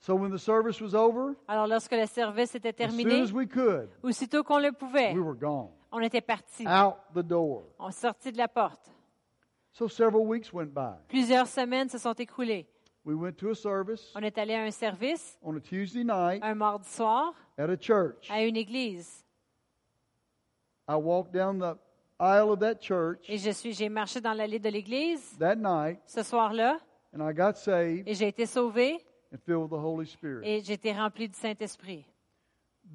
Speaker 1: So when the service was over,
Speaker 2: Alors, lorsque le service était
Speaker 1: as soon
Speaker 2: terminé,
Speaker 1: as we could,
Speaker 2: aussitôt qu'on le pouvait,
Speaker 1: we were gone.
Speaker 2: on était partis.
Speaker 1: Out the door.
Speaker 2: On sortit de la porte.
Speaker 1: So several weeks went by.
Speaker 2: Plusieurs semaines se sont écoulées.
Speaker 1: We went to a service
Speaker 2: On est allé à un service
Speaker 1: on a Tuesday night
Speaker 2: un mardi soir
Speaker 1: at a church.
Speaker 2: à une église
Speaker 1: I walked down the aisle of that church
Speaker 2: et je suis j'ai marché dans l'allée de l'église
Speaker 1: that night
Speaker 2: ce soir-là
Speaker 1: and I got saved
Speaker 2: et j'ai été sauvé
Speaker 1: and filled with the Holy Spirit.
Speaker 2: et j'ai été rempli du Saint-Esprit.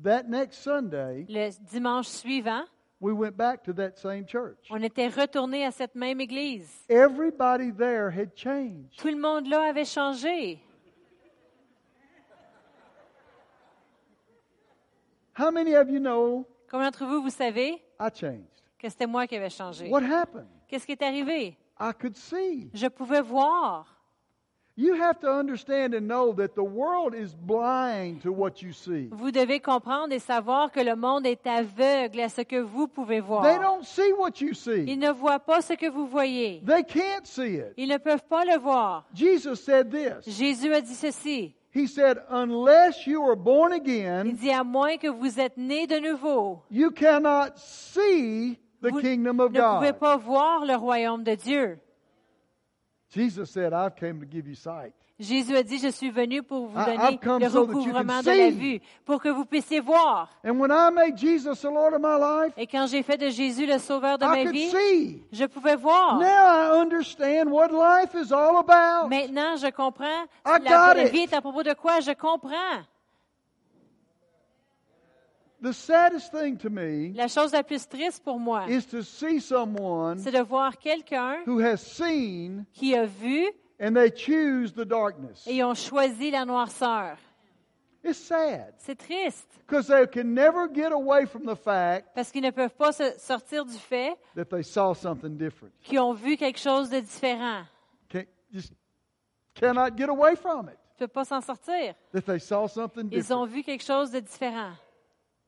Speaker 1: That next Sunday,
Speaker 2: Le dimanche suivant,
Speaker 1: we went back to that same church.
Speaker 2: on était retourné à cette même église.
Speaker 1: Everybody there had changed.
Speaker 2: Tout le monde là avait changé.
Speaker 1: How many of you know
Speaker 2: Combien d'entre vous, vous savez
Speaker 1: I changed?
Speaker 2: que c'était moi qui avais changé?
Speaker 1: What happened?
Speaker 2: Qu'est-ce qui est arrivé?
Speaker 1: I could see.
Speaker 2: Je pouvais voir.
Speaker 1: You have to understand and know that the world is blind to what you see.
Speaker 2: Vous devez comprendre et savoir que le monde est aveugle à ce que vous pouvez
Speaker 1: They
Speaker 2: voir.
Speaker 1: don't see what you
Speaker 2: Ils
Speaker 1: see.
Speaker 2: ne voient pas ce que vous voyez.
Speaker 1: They can't see it.
Speaker 2: Ils ne peuvent pas le voir.
Speaker 1: Jesus said this.
Speaker 2: Jésus a dit ceci.
Speaker 1: He said, Unless you are born
Speaker 2: Il
Speaker 1: again,
Speaker 2: dit à moins que vous êtes nés de nouveau,
Speaker 1: you cannot see the
Speaker 2: vous
Speaker 1: kingdom of
Speaker 2: ne pouvez
Speaker 1: God.
Speaker 2: pas voir le royaume de Dieu.
Speaker 1: Jesus said, I've came to give you sight.
Speaker 2: Jésus a dit, je suis venu pour vous
Speaker 1: I-
Speaker 2: donner
Speaker 1: I've come
Speaker 2: le
Speaker 1: so that you
Speaker 2: recouvrement
Speaker 1: can
Speaker 2: de la
Speaker 1: see.
Speaker 2: vue, pour que vous puissiez voir.
Speaker 1: And when I made Jesus the Lord of my life,
Speaker 2: Et quand j'ai fait de Jésus le sauveur de
Speaker 1: I
Speaker 2: ma
Speaker 1: could
Speaker 2: vie,
Speaker 1: see.
Speaker 2: je pouvais voir.
Speaker 1: Now I understand what life is all about.
Speaker 2: Maintenant, je comprends.
Speaker 1: I
Speaker 2: La,
Speaker 1: got
Speaker 2: la
Speaker 1: it.
Speaker 2: vie est à propos de quoi? Je comprends.
Speaker 1: The saddest thing to me
Speaker 2: La chose la plus triste pour moi,
Speaker 1: is to see someone
Speaker 2: c'est de voir quelqu'un
Speaker 1: who has seen
Speaker 2: qui a vu
Speaker 1: and they choose the darkness.
Speaker 2: et ont choisi la noirceur.
Speaker 1: It's sad
Speaker 2: C'est triste.
Speaker 1: because they can never get away from the fact
Speaker 2: Parce qu'ils ne peuvent pas se sortir du fait
Speaker 1: that they saw something different.
Speaker 2: qu'ils ont vu quelque chose de différent.
Speaker 1: Can't, just cannot get away from it
Speaker 2: Ils ne peuvent pas s'en sortir.
Speaker 1: that they saw something
Speaker 2: Ils
Speaker 1: different.
Speaker 2: ont vu quelque chose de différent.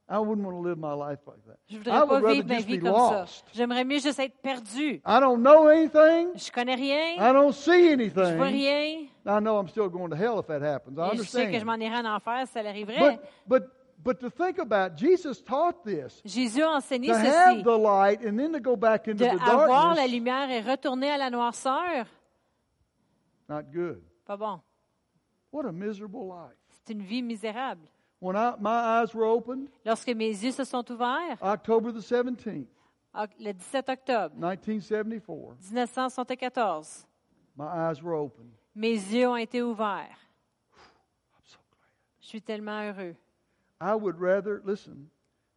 Speaker 1: I wouldn't want to live my life like that. I
Speaker 2: Je voudrais pas
Speaker 1: would rather
Speaker 2: vivre ma
Speaker 1: just
Speaker 2: vie
Speaker 1: be
Speaker 2: comme ça.
Speaker 1: lost.
Speaker 2: J'aimerais mieux juste être perdu.
Speaker 1: I don't know anything.
Speaker 2: Je connais rien.
Speaker 1: I don't see
Speaker 2: Je vois
Speaker 1: anything.
Speaker 2: rien.
Speaker 1: Ah, I know I'm still going to hell if that happens. I
Speaker 2: Et je sais que je
Speaker 1: understand.
Speaker 2: m'en irais en enfer si ça l'arriverait.
Speaker 1: But but but to think about, Jesus taught this
Speaker 2: Jésus a enseigné
Speaker 1: to have
Speaker 2: ceci.
Speaker 1: the light and then to go back into
Speaker 2: De
Speaker 1: the
Speaker 2: avoir la
Speaker 1: darkness.
Speaker 2: lumière et retourner à la noirceur.
Speaker 1: Not good.
Speaker 2: Pas bon.
Speaker 1: What a miserable life.
Speaker 2: C'est une vie misérable.
Speaker 1: when I, my eyes were opened,
Speaker 2: Lorsque mes yeux se sont ouverts,
Speaker 1: October the 17th,
Speaker 2: oc- le 17 octobre
Speaker 1: 1974,
Speaker 2: 1974,
Speaker 1: my eyes were opened.
Speaker 2: mes yeux ont été ouverts.
Speaker 1: I'm so glad.
Speaker 2: Je suis tellement heureux.
Speaker 1: I would rather, listen,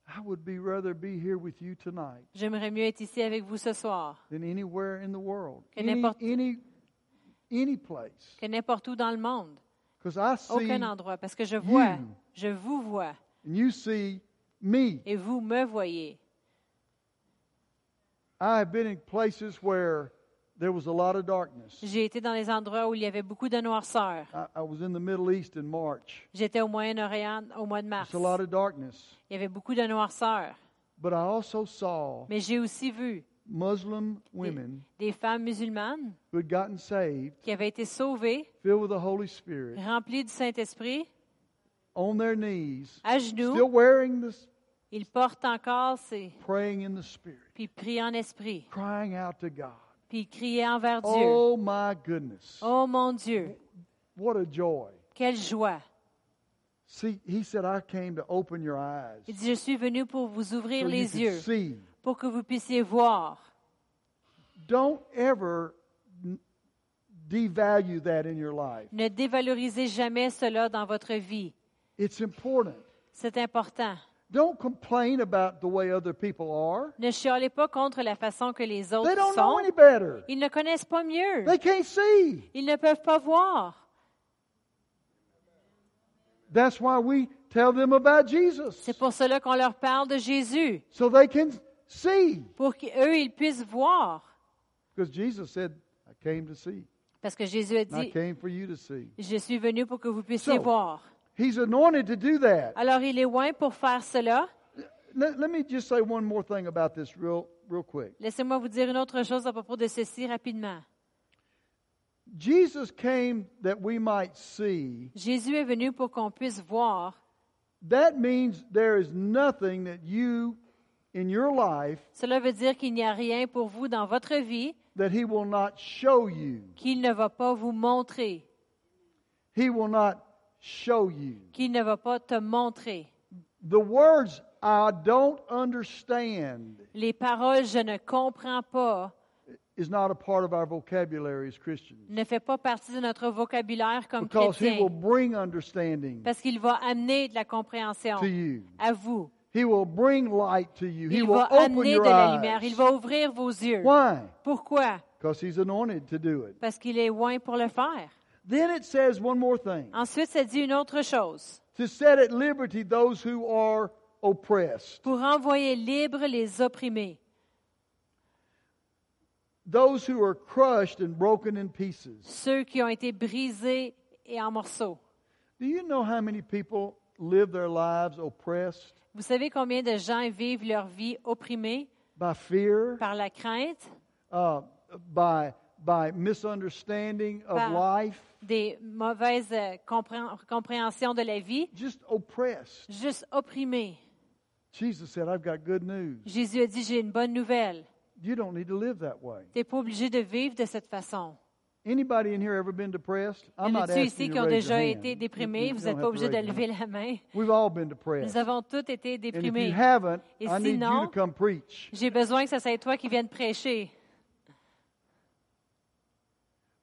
Speaker 1: I would be rather be here with you tonight
Speaker 2: J'aimerais mieux être ici avec vous ce soir
Speaker 1: than anywhere in the world.
Speaker 2: Que
Speaker 1: any,
Speaker 2: n'importe-
Speaker 1: any, any place.
Speaker 2: que n'importe où dans le monde,
Speaker 1: Because Oh, I see,
Speaker 2: aucun endroit, parce que je vois,
Speaker 1: you.
Speaker 2: je vous vois
Speaker 1: and you see me.
Speaker 2: et vous me voyez.
Speaker 1: I have been in places where there was a lot of darkness.
Speaker 2: J'ai été dans les endroits où il y avait beaucoup de noirceur.
Speaker 1: I, I was in the Middle East in March.
Speaker 2: J'étais au Moyen-Orient au mois de mars.
Speaker 1: It's a lot
Speaker 2: Il
Speaker 1: of darkness.
Speaker 2: y avait beaucoup de noirceur.
Speaker 1: But I also saw
Speaker 2: Mais j'ai aussi vu
Speaker 1: Muslim women
Speaker 2: des femmes musulmanes
Speaker 1: who had gotten saved,
Speaker 2: qui avaient été sauvées,
Speaker 1: filled with the Holy Spirit,
Speaker 2: remplies du Saint-Esprit,
Speaker 1: on their knees,
Speaker 2: à genoux.
Speaker 1: still wearing this,
Speaker 2: Ils portent encore ces...
Speaker 1: praying in the Spirit,
Speaker 2: Puis ils prient en esprit.
Speaker 1: crying out to God.
Speaker 2: Puis ils criaient envers Dieu.
Speaker 1: Oh my goodness.
Speaker 2: Oh mon Dieu,
Speaker 1: What a joy.
Speaker 2: quelle joie.
Speaker 1: See, he said, I came to open your eyes.
Speaker 2: Il dit, je suis venu pour vous
Speaker 1: So
Speaker 2: ouvrir
Speaker 1: you
Speaker 2: les
Speaker 1: could
Speaker 2: yeux,
Speaker 1: see.
Speaker 2: pour que vous puissiez voir.
Speaker 1: Don't ever n- devalue that in your life.
Speaker 2: Ne dévalorisez jamais cela dans votre vie.
Speaker 1: It's important.
Speaker 2: C'est important.
Speaker 1: Don't complain about the way other people are.
Speaker 2: Ne chialez pas contre la façon que les
Speaker 1: They
Speaker 2: autres
Speaker 1: don't know any
Speaker 2: sont.
Speaker 1: better.
Speaker 2: Ils ne connaissent pas mieux.
Speaker 1: They can't see.
Speaker 2: Ils ne peuvent pas voir.
Speaker 1: That's why we tell them about Jesus.
Speaker 2: C'est pour cela qu'on leur parle de Jésus,
Speaker 1: So they can see.
Speaker 2: pour qu'eux, ils puissent voir.
Speaker 1: Because Jesus said, I came to see.
Speaker 2: Parce que Jésus a
Speaker 1: And I
Speaker 2: dit,
Speaker 1: came for you to see.
Speaker 2: je suis venu pour que vous puissiez
Speaker 1: So-
Speaker 2: voir.
Speaker 1: He's anointed to do that.
Speaker 2: Alors, il est loin pour faire cela.
Speaker 1: Let, let me just say one more thing about this real real quick.
Speaker 2: Laissez-moi vous dire une autre chose à propos de ceci rapidement.
Speaker 1: Jesus came that we might see.
Speaker 2: Jésus est venu pour qu'on puisse voir.
Speaker 1: That means there is nothing that you in your life
Speaker 2: Cela veut dire qu'il n'y a rien pour vous dans votre vie
Speaker 1: that he will not show you.
Speaker 2: qu'il ne va pas vous montrer,
Speaker 1: He will not show you.
Speaker 2: qu'il ne va pas te montrer.
Speaker 1: The words I don't understand
Speaker 2: Les paroles je ne comprends pas
Speaker 1: is not a part of our vocabulary as Christians.
Speaker 2: ne fait pas partie de notre vocabulaire comme
Speaker 1: Because he
Speaker 2: chrétien
Speaker 1: will bring understanding
Speaker 2: parce qu'il va amener de la compréhension
Speaker 1: to you.
Speaker 2: à vous.
Speaker 1: He will bring light to you. He
Speaker 2: Il
Speaker 1: will
Speaker 2: va
Speaker 1: open
Speaker 2: amener de
Speaker 1: your
Speaker 2: la lumière, il
Speaker 1: eyes.
Speaker 2: va ouvrir vos yeux.
Speaker 1: Why?
Speaker 2: Pourquoi?
Speaker 1: Because he's anointed to do it.
Speaker 2: Parce qu'il est loin pour le faire.
Speaker 1: Then it says one more thing
Speaker 2: Ensuite, ça dit une autre chose.
Speaker 1: to set at liberty those who are oppressed,
Speaker 2: Pour envoyer libres les opprimés,
Speaker 1: those who are crushed and broken in pieces.
Speaker 2: ceux qui ont été brisés et en morceaux.
Speaker 1: Do you know how many people live their lives oppressed
Speaker 2: Vous savez combien de gens vivent leur vie opprimés
Speaker 1: by fear,
Speaker 2: par la crainte,
Speaker 1: uh, by, by misunderstanding of
Speaker 2: Par-
Speaker 1: life?
Speaker 2: des mauvaises euh, compré- compréhensions de la vie,
Speaker 1: Just oppressed.
Speaker 2: juste opprimés.
Speaker 1: Jesus said, I've got good news.
Speaker 2: Jésus a dit, j'ai une bonne nouvelle.
Speaker 1: You don't need to live that way.
Speaker 2: Tu n'es pas obligé de vivre de cette façon.
Speaker 1: Anybody in here ever been depressed?
Speaker 2: Il
Speaker 1: I'm
Speaker 2: y en
Speaker 1: not
Speaker 2: a-tu
Speaker 1: asking
Speaker 2: ici
Speaker 1: you
Speaker 2: qui
Speaker 1: to
Speaker 2: ont
Speaker 1: raise your
Speaker 2: déjà
Speaker 1: hand.
Speaker 2: été
Speaker 1: You-
Speaker 2: déprimés?
Speaker 1: you
Speaker 2: Vous
Speaker 1: don't
Speaker 2: n'êtes
Speaker 1: have
Speaker 2: pas
Speaker 1: to
Speaker 2: obligé de
Speaker 1: raise your
Speaker 2: lever
Speaker 1: hand.
Speaker 2: la main.
Speaker 1: We've all been
Speaker 2: Nous
Speaker 1: depressed.
Speaker 2: avons tous
Speaker 1: And
Speaker 2: été
Speaker 1: if you
Speaker 2: déprimés.
Speaker 1: haven't,
Speaker 2: Et
Speaker 1: I need you
Speaker 2: sinon-
Speaker 1: to come preach.
Speaker 2: J'ai besoin que ça soit toi qui viennes prêcher.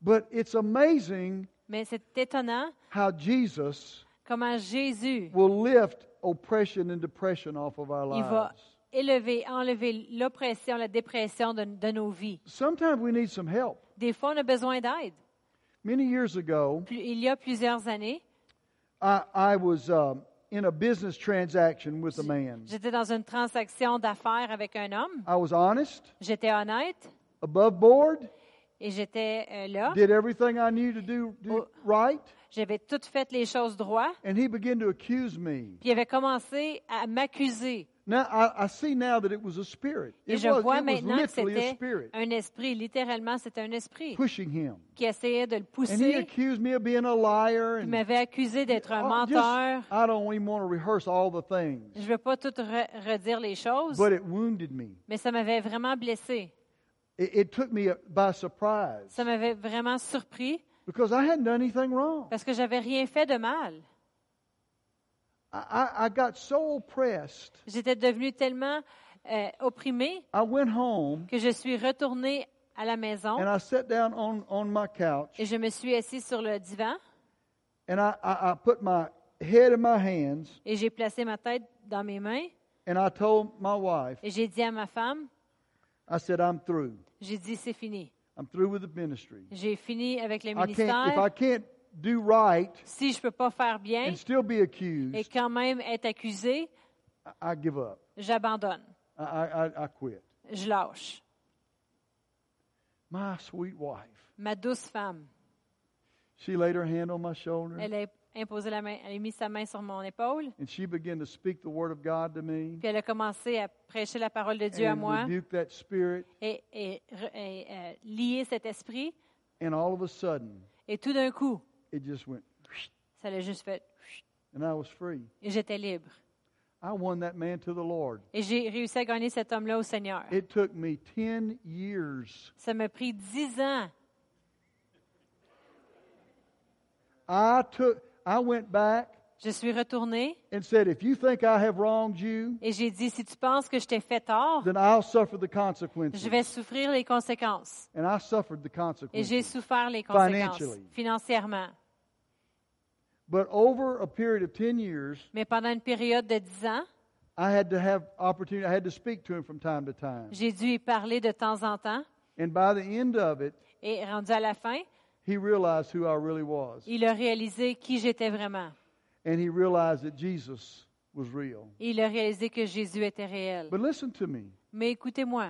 Speaker 1: But it's amazing
Speaker 2: Mais c'est étonnant
Speaker 1: how Jesus
Speaker 2: comment Jésus,
Speaker 1: will lift oppression and depression off of our
Speaker 2: il va
Speaker 1: lives.
Speaker 2: élever, enlever l'oppression, la dépression de, de nos vies.
Speaker 1: Sometimes we need some help.
Speaker 2: Des fois, on a besoin d'aide.
Speaker 1: Many years ago,
Speaker 2: Plus- Il y a plusieurs années,
Speaker 1: I, I was um, in a business transaction with a man.
Speaker 2: j'étais dans une transaction d'affaires avec un homme.
Speaker 1: I was honest,
Speaker 2: J'étais honnête
Speaker 1: above board,
Speaker 2: et j'étais euh, là.
Speaker 1: did everything I knew to do, do
Speaker 2: Oh.
Speaker 1: right,
Speaker 2: J'avais tout fait les choses droit.
Speaker 1: and he began to accuse me.
Speaker 2: Puis il avait commencé à m'accuser.
Speaker 1: Now I, I see now that it was a spirit.
Speaker 2: Et
Speaker 1: It
Speaker 2: je
Speaker 1: was,
Speaker 2: vois
Speaker 1: it was
Speaker 2: maintenant que
Speaker 1: literally a
Speaker 2: c'était
Speaker 1: spirit
Speaker 2: un esprit. Littéralement, c'était un esprit
Speaker 1: pushing him,
Speaker 2: qui essayait de le
Speaker 1: and he
Speaker 2: pousser.
Speaker 1: accused me of being a liar
Speaker 2: Il
Speaker 1: and
Speaker 2: m'avait accusé d'être un
Speaker 1: Oh, just-
Speaker 2: menteur.
Speaker 1: I don't even want to rehearse all the
Speaker 2: Je
Speaker 1: things,
Speaker 2: ne veux pas tout re- redire les choses,
Speaker 1: but it wounded me.
Speaker 2: mais ça m'avait vraiment blessé.
Speaker 1: It, it took me uh, by surprise
Speaker 2: Ça m'avait vraiment surpris
Speaker 1: because I hadn't done anything wrong.
Speaker 2: parce que j'avais rien fait de mal.
Speaker 1: I, I, I got so oppressed.
Speaker 2: J'étais devenue tellement euh, opprimée
Speaker 1: I went home
Speaker 2: que je suis retournée à la maison
Speaker 1: and I sat down on, on my couch
Speaker 2: et je me suis assise sur le divan
Speaker 1: and I, I, I put my head in my hands
Speaker 2: et j'ai placé ma tête dans mes mains
Speaker 1: and I told my wife,
Speaker 2: et j'ai dit à ma femme,
Speaker 1: I said, I'm through.
Speaker 2: j'ai dit c'est fini.
Speaker 1: I'm through with the ministry.
Speaker 2: J'ai fini avec le
Speaker 1: I can't, if I
Speaker 2: ministère.
Speaker 1: can't do right
Speaker 2: Si je peux pas faire bien
Speaker 1: and still be
Speaker 2: et
Speaker 1: accused,
Speaker 2: quand même être accusé,
Speaker 1: I- I give up.
Speaker 2: j'abandonne,
Speaker 1: I, I, I- I quit.
Speaker 2: je lâche.
Speaker 1: My sweet wife,
Speaker 2: Ma douce femme,
Speaker 1: she laid her hand on my shoulder
Speaker 2: elle a imposé la main, elle a mis sa main sur mon épaule,
Speaker 1: and she began to speak the word of God to me
Speaker 2: puis elle a commencé à prêcher la parole de Dieu à
Speaker 1: and
Speaker 2: moi
Speaker 1: rebuke that spirit.
Speaker 2: et, et re- et, euh, lier cet esprit.
Speaker 1: And all of a sudden,
Speaker 2: Et tout d'un coup,
Speaker 1: it just went,
Speaker 2: ça l'a juste fait.
Speaker 1: and I was free.
Speaker 2: Et j'étais libre.
Speaker 1: I won that man to the Lord.
Speaker 2: Et j'ai réussi à gagner cet homme-là au Seigneur.
Speaker 1: It took me 10 years.
Speaker 2: Ça m'a pris dix ans.
Speaker 1: I took I went back
Speaker 2: Je suis retournée
Speaker 1: and said, if you think I have wronged you,
Speaker 2: et j'ai dit, si tu penses que je t'ai fait tort,
Speaker 1: then I'll suffer the
Speaker 2: je
Speaker 1: consequences.
Speaker 2: vais souffrir les conséquences.
Speaker 1: And I suffered the
Speaker 2: Et j'ai
Speaker 1: consequences.
Speaker 2: souffert les conséquences
Speaker 1: Financially.
Speaker 2: financièrement.
Speaker 1: But over a period of 10 years,
Speaker 2: Mais pendant une période de dix ans,
Speaker 1: I had to have opportunity. I had to speak to him from time to time.
Speaker 2: j'ai dû y parler de temps en temps.
Speaker 1: And by the end of it,
Speaker 2: Et rendu à la fin,
Speaker 1: he realized who I really was.
Speaker 2: il a réalisé qui j'étais vraiment.
Speaker 1: And he realized that Jesus was real.
Speaker 2: Il a réalisé que Jésus était réel.
Speaker 1: But listen to me.
Speaker 2: Mais écoutez-moi,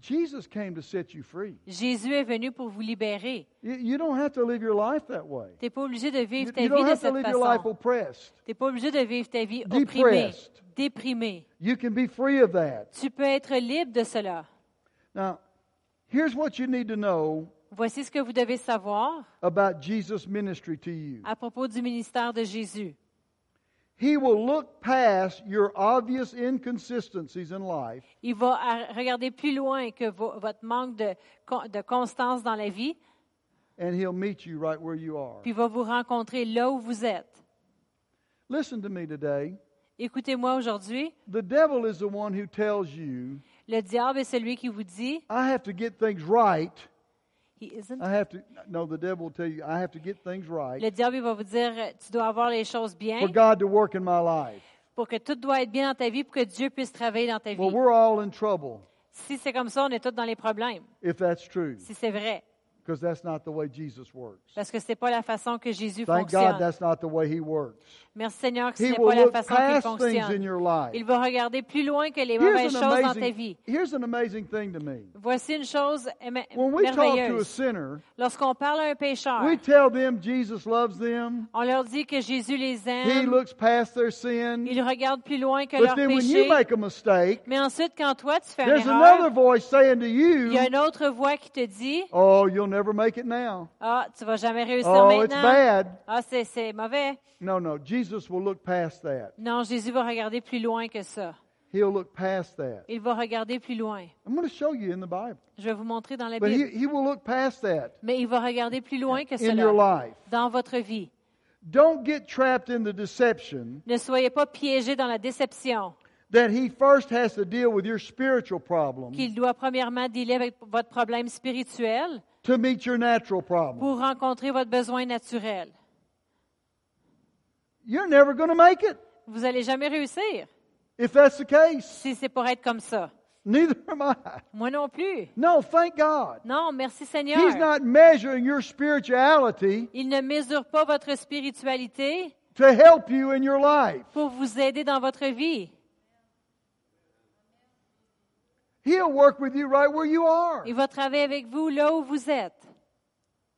Speaker 1: Jesus came to set you free.
Speaker 2: Jésus est venu pour vous libérer.
Speaker 1: You- You don't have to live your life that way.
Speaker 2: Tu n'es pas obligé de
Speaker 1: You
Speaker 2: vivre ta
Speaker 1: you
Speaker 2: vie
Speaker 1: don't
Speaker 2: de
Speaker 1: have to
Speaker 2: cette
Speaker 1: live your life
Speaker 2: façon.
Speaker 1: oppressed.
Speaker 2: Tu n'es pas obligé de vivre ta vie opprimée,
Speaker 1: Depressed.
Speaker 2: déprimée.
Speaker 1: You can be free of that.
Speaker 2: Tu peux être libre de cela.
Speaker 1: Now, here's what you need to know
Speaker 2: Voici ce que vous devez savoir
Speaker 1: about Jesus' ministry to you.
Speaker 2: à propos du ministère de Jésus.
Speaker 1: He will look past your obvious inconsistencies in life
Speaker 2: Il va à- regarder plus loin que vo- votre manque de, con- de constance dans la vie,
Speaker 1: and he'll meet you right where you are.
Speaker 2: puis va vous rencontrer là où vous êtes.
Speaker 1: Listen to me today.
Speaker 2: Écoutez-moi aujourd'hui,
Speaker 1: The devil is the one who tells you,
Speaker 2: le diable est celui qui vous dit,
Speaker 1: I have to get things right.
Speaker 2: He isn't.
Speaker 1: I have to, no, the devil will tell you, I have to get things right
Speaker 2: le diable il va vous dire, tu dois avoir les choses bien
Speaker 1: for God to work in my life.
Speaker 2: pour que tout doit être bien dans ta vie, pour que Dieu puisse travailler dans ta
Speaker 1: Well,
Speaker 2: vie.
Speaker 1: we're all in trouble
Speaker 2: Si c'est comme ça, on est tous dans les problèmes,
Speaker 1: if that's true,
Speaker 2: si c'est vrai,
Speaker 1: because that's not the way Jesus works.
Speaker 2: parce que ce n'est pas la façon que Jésus
Speaker 1: Thank God
Speaker 2: fonctionne.
Speaker 1: that's not the way he works.
Speaker 2: Merci Seigneur que ce
Speaker 1: He
Speaker 2: n'est
Speaker 1: will
Speaker 2: pas la
Speaker 1: look
Speaker 2: façon qu'il
Speaker 1: past things in
Speaker 2: fonctionne.
Speaker 1: your life.
Speaker 2: Il va regarder plus loin que les mauvaises
Speaker 1: Here's
Speaker 2: choses
Speaker 1: an,
Speaker 2: dans ta
Speaker 1: amazing,
Speaker 2: vie.
Speaker 1: here's an amazing thing to me.
Speaker 2: Voici une chose éme-
Speaker 1: When we talk to a
Speaker 2: merveilleuse.
Speaker 1: sinner,
Speaker 2: Lorsqu'on parle à un pécheur,
Speaker 1: we tell them Jesus loves them,
Speaker 2: on leur dit que Jésus les
Speaker 1: He
Speaker 2: aime,
Speaker 1: looks past their sin.
Speaker 2: il regarde plus loin que
Speaker 1: But
Speaker 2: leur
Speaker 1: then when you
Speaker 2: péché.
Speaker 1: make a mistake,
Speaker 2: Mais ensuite, quand toi, tu fais une
Speaker 1: there's another
Speaker 2: erreur,
Speaker 1: voice saying to
Speaker 2: il y a
Speaker 1: you,
Speaker 2: une autre voix qui te dit
Speaker 1: Oh, you'll never make it now.
Speaker 2: « Ah, tu vas jamais réussir
Speaker 1: Oh, it's
Speaker 2: maintenant.
Speaker 1: bad.
Speaker 2: Ah, c'est- c'est mauvais.
Speaker 1: No, no, Jesus will look past that. »
Speaker 2: Non, Jésus va regarder plus loin que ça.
Speaker 1: He'll look past that.
Speaker 2: Il va regarder plus loin.
Speaker 1: I'm going to show you in the Bible.
Speaker 2: Je vais vous montrer dans la
Speaker 1: But he,
Speaker 2: Bible.
Speaker 1: he will look past that
Speaker 2: Mais il va regarder plus loin que
Speaker 1: in your
Speaker 2: cela
Speaker 1: life.
Speaker 2: dans votre vie.
Speaker 1: Don't get trapped in the deception
Speaker 2: Ne soyez pas piégés dans la déception.
Speaker 1: that he first has to deal with your spiritual problem
Speaker 2: qu'il doit premièrement dealer avec votre problème spirituel
Speaker 1: to meet your natural problem.
Speaker 2: pour rencontrer votre besoin naturel.
Speaker 1: You're never going to make it
Speaker 2: Vous n'allez jamais réussir
Speaker 1: if that's the case.
Speaker 2: si c'est pour être comme ça.
Speaker 1: Neither am I.
Speaker 2: Moi non plus.
Speaker 1: No, thank God.
Speaker 2: Non, merci
Speaker 1: He's
Speaker 2: Seigneur.
Speaker 1: not measuring your spirituality
Speaker 2: Il ne mesure pas votre spiritualité
Speaker 1: to help you in your life.
Speaker 2: pour vous aider dans votre vie.
Speaker 1: He'll work with you right where you are.
Speaker 2: Il va travailler avec vous là où vous êtes.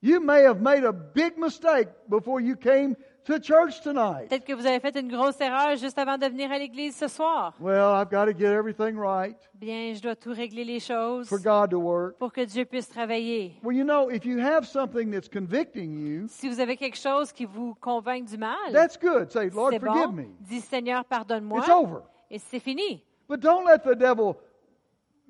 Speaker 1: You may have made a big mistake before you came to church tonight.
Speaker 2: Peut-être que vous avez fait une grosse erreur juste avant de venir à l'église ce soir.
Speaker 1: Well, I've got to get everything right
Speaker 2: Bien, je dois tout régler les choses
Speaker 1: for God to work.
Speaker 2: pour que Dieu puisse travailler.
Speaker 1: Well, you know, if you have something that's convicting you,
Speaker 2: Si vous avez quelque chose qui vous convainc du mal,
Speaker 1: that's good. Say, Lord,
Speaker 2: C'est
Speaker 1: forgive
Speaker 2: bon.
Speaker 1: me.
Speaker 2: Dis Seigneur, pardonne-moi.
Speaker 1: It's over.
Speaker 2: Et c'est fini.
Speaker 1: But don't let the devil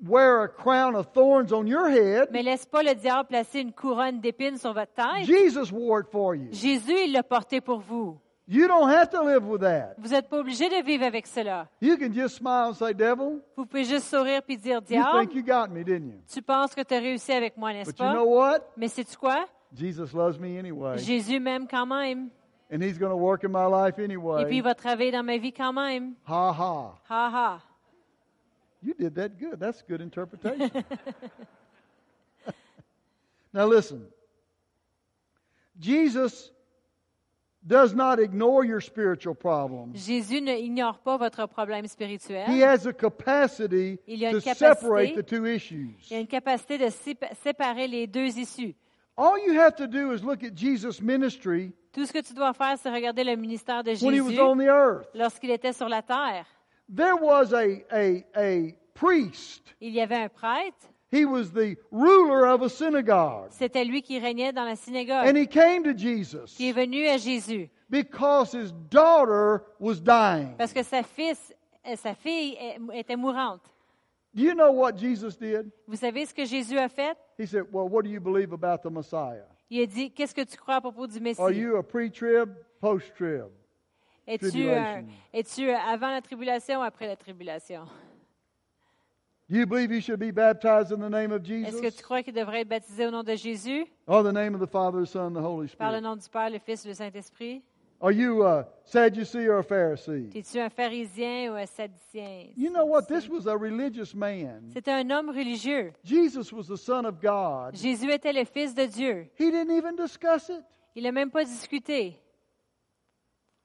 Speaker 1: wear a crown of thorns on your head.
Speaker 2: Mais laisse pas le diable placer une couronne d'épines sur votre tête.
Speaker 1: Jesus wore it for you.
Speaker 2: Jésus, il l'a porté pour vous.
Speaker 1: You don't have to live with that.
Speaker 2: Vous n'êtes pas obligé de vivre avec cela.
Speaker 1: You can just smile and say, Devil,
Speaker 2: Vous pouvez juste sourire puis
Speaker 1: you
Speaker 2: dire, diable,
Speaker 1: think you got me, didn't you?
Speaker 2: tu penses que tu as réussi avec moi, n'est-ce
Speaker 1: But you know
Speaker 2: pas?
Speaker 1: what?
Speaker 2: Mais sais-tu quoi?
Speaker 1: Jesus loves me anyway.
Speaker 2: Jésus m'aime quand même.
Speaker 1: And he's going to work in my life anyway.
Speaker 2: Et puis, il va travailler dans ma vie quand même.
Speaker 1: Ha ha.
Speaker 2: Ha ha.
Speaker 1: You did that good. That's good interpretation. *laughs* now listen. Jesus does not ignore your spiritual problems.
Speaker 2: Jésus ne ignore pas votre problème spirituel.
Speaker 1: He has the capacity
Speaker 2: Il y a
Speaker 1: to
Speaker 2: une capacité.
Speaker 1: separate the two issues.
Speaker 2: Il y a une capacité de sépa- séparer les deux issues.
Speaker 1: All you have to do is look at Jesus' ministry
Speaker 2: Tout ce que tu dois faire, c'est regarder le ministère de
Speaker 1: when he was
Speaker 2: Jésus
Speaker 1: on the earth.
Speaker 2: lorsqu'il était sur la terre.
Speaker 1: There was a, a, a priest.
Speaker 2: Il y avait un prêtre.
Speaker 1: He was the ruler of a synagogue.
Speaker 2: C'était lui qui régnait dans la
Speaker 1: And
Speaker 2: synagogue,
Speaker 1: he came to Jesus
Speaker 2: qui est venu à Jésus
Speaker 1: because his daughter was dying.
Speaker 2: parce que sa, fils, euh, sa fille euh, était mourante.
Speaker 1: Do you know what Jesus did?
Speaker 2: Vous savez ce que Jésus a fait?
Speaker 1: He said, Well, what do you believe about the Messiah?
Speaker 2: Il a dit, qu'est-ce que tu crois à propos du
Speaker 1: Are
Speaker 2: Messie?
Speaker 1: you a pre trib, post trib?
Speaker 2: Es-tu
Speaker 1: Tribulation.
Speaker 2: un- es-tu euh, avant la tribulation ou après la tribulation?
Speaker 1: Do you believe you should be baptized in the name of
Speaker 2: Est-ce que
Speaker 1: Jesus
Speaker 2: tu crois qu'il devrait être baptisé au nom de Jésus,
Speaker 1: or the name of the Father, the Son, and the Holy
Speaker 2: par le
Speaker 1: Spirit?
Speaker 2: nom du Père, le Fils et le Saint-Esprit?
Speaker 1: Are you a Sadducee or a Pharisee?
Speaker 2: Es-tu un pharisien ou un sadducien?
Speaker 1: You know what? This was a religious man.
Speaker 2: C'était un homme religieux.
Speaker 1: Jesus was the Son of God.
Speaker 2: Jésus était le Fils de Dieu.
Speaker 1: He didn't even discuss it.
Speaker 2: Il n'a même pas discuté.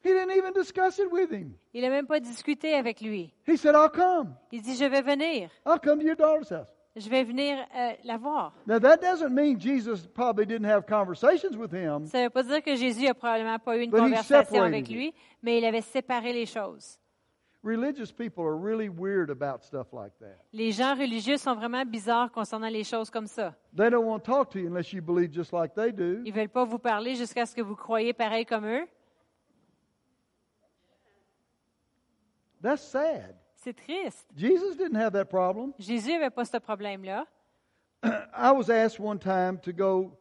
Speaker 1: He didn't even discuss it with him.
Speaker 2: Il n'a même pas discuté avec lui.
Speaker 1: He said, I'll come.
Speaker 2: Il dit, je vais venir.
Speaker 1: I'll come to your daughter's house.
Speaker 2: Je vais venir euh, la voir.
Speaker 1: Now, that doesn't mean Jesus probably didn't have conversations with him.
Speaker 2: Ça ne veut pas dire que Jésus a probablement pas eu une
Speaker 1: But he
Speaker 2: conversation
Speaker 1: separated
Speaker 2: avec
Speaker 1: it.
Speaker 2: lui, mais il avait séparé les choses.
Speaker 1: Religious people are really weird about stuff like that.
Speaker 2: Les gens religieux sont vraiment bizarres concernant les choses comme ça.
Speaker 1: They don't want to talk to you unless you believe just like they do.
Speaker 2: Ils veulent pas vous parler jusqu'à ce que vous croyez pareil comme eux.
Speaker 1: That's sad.
Speaker 2: C'est triste.
Speaker 1: Jesus didn't have that problem. *clears throat*
Speaker 2: Jésus n'avait pas ce problème-là.
Speaker 1: I was asked one time to go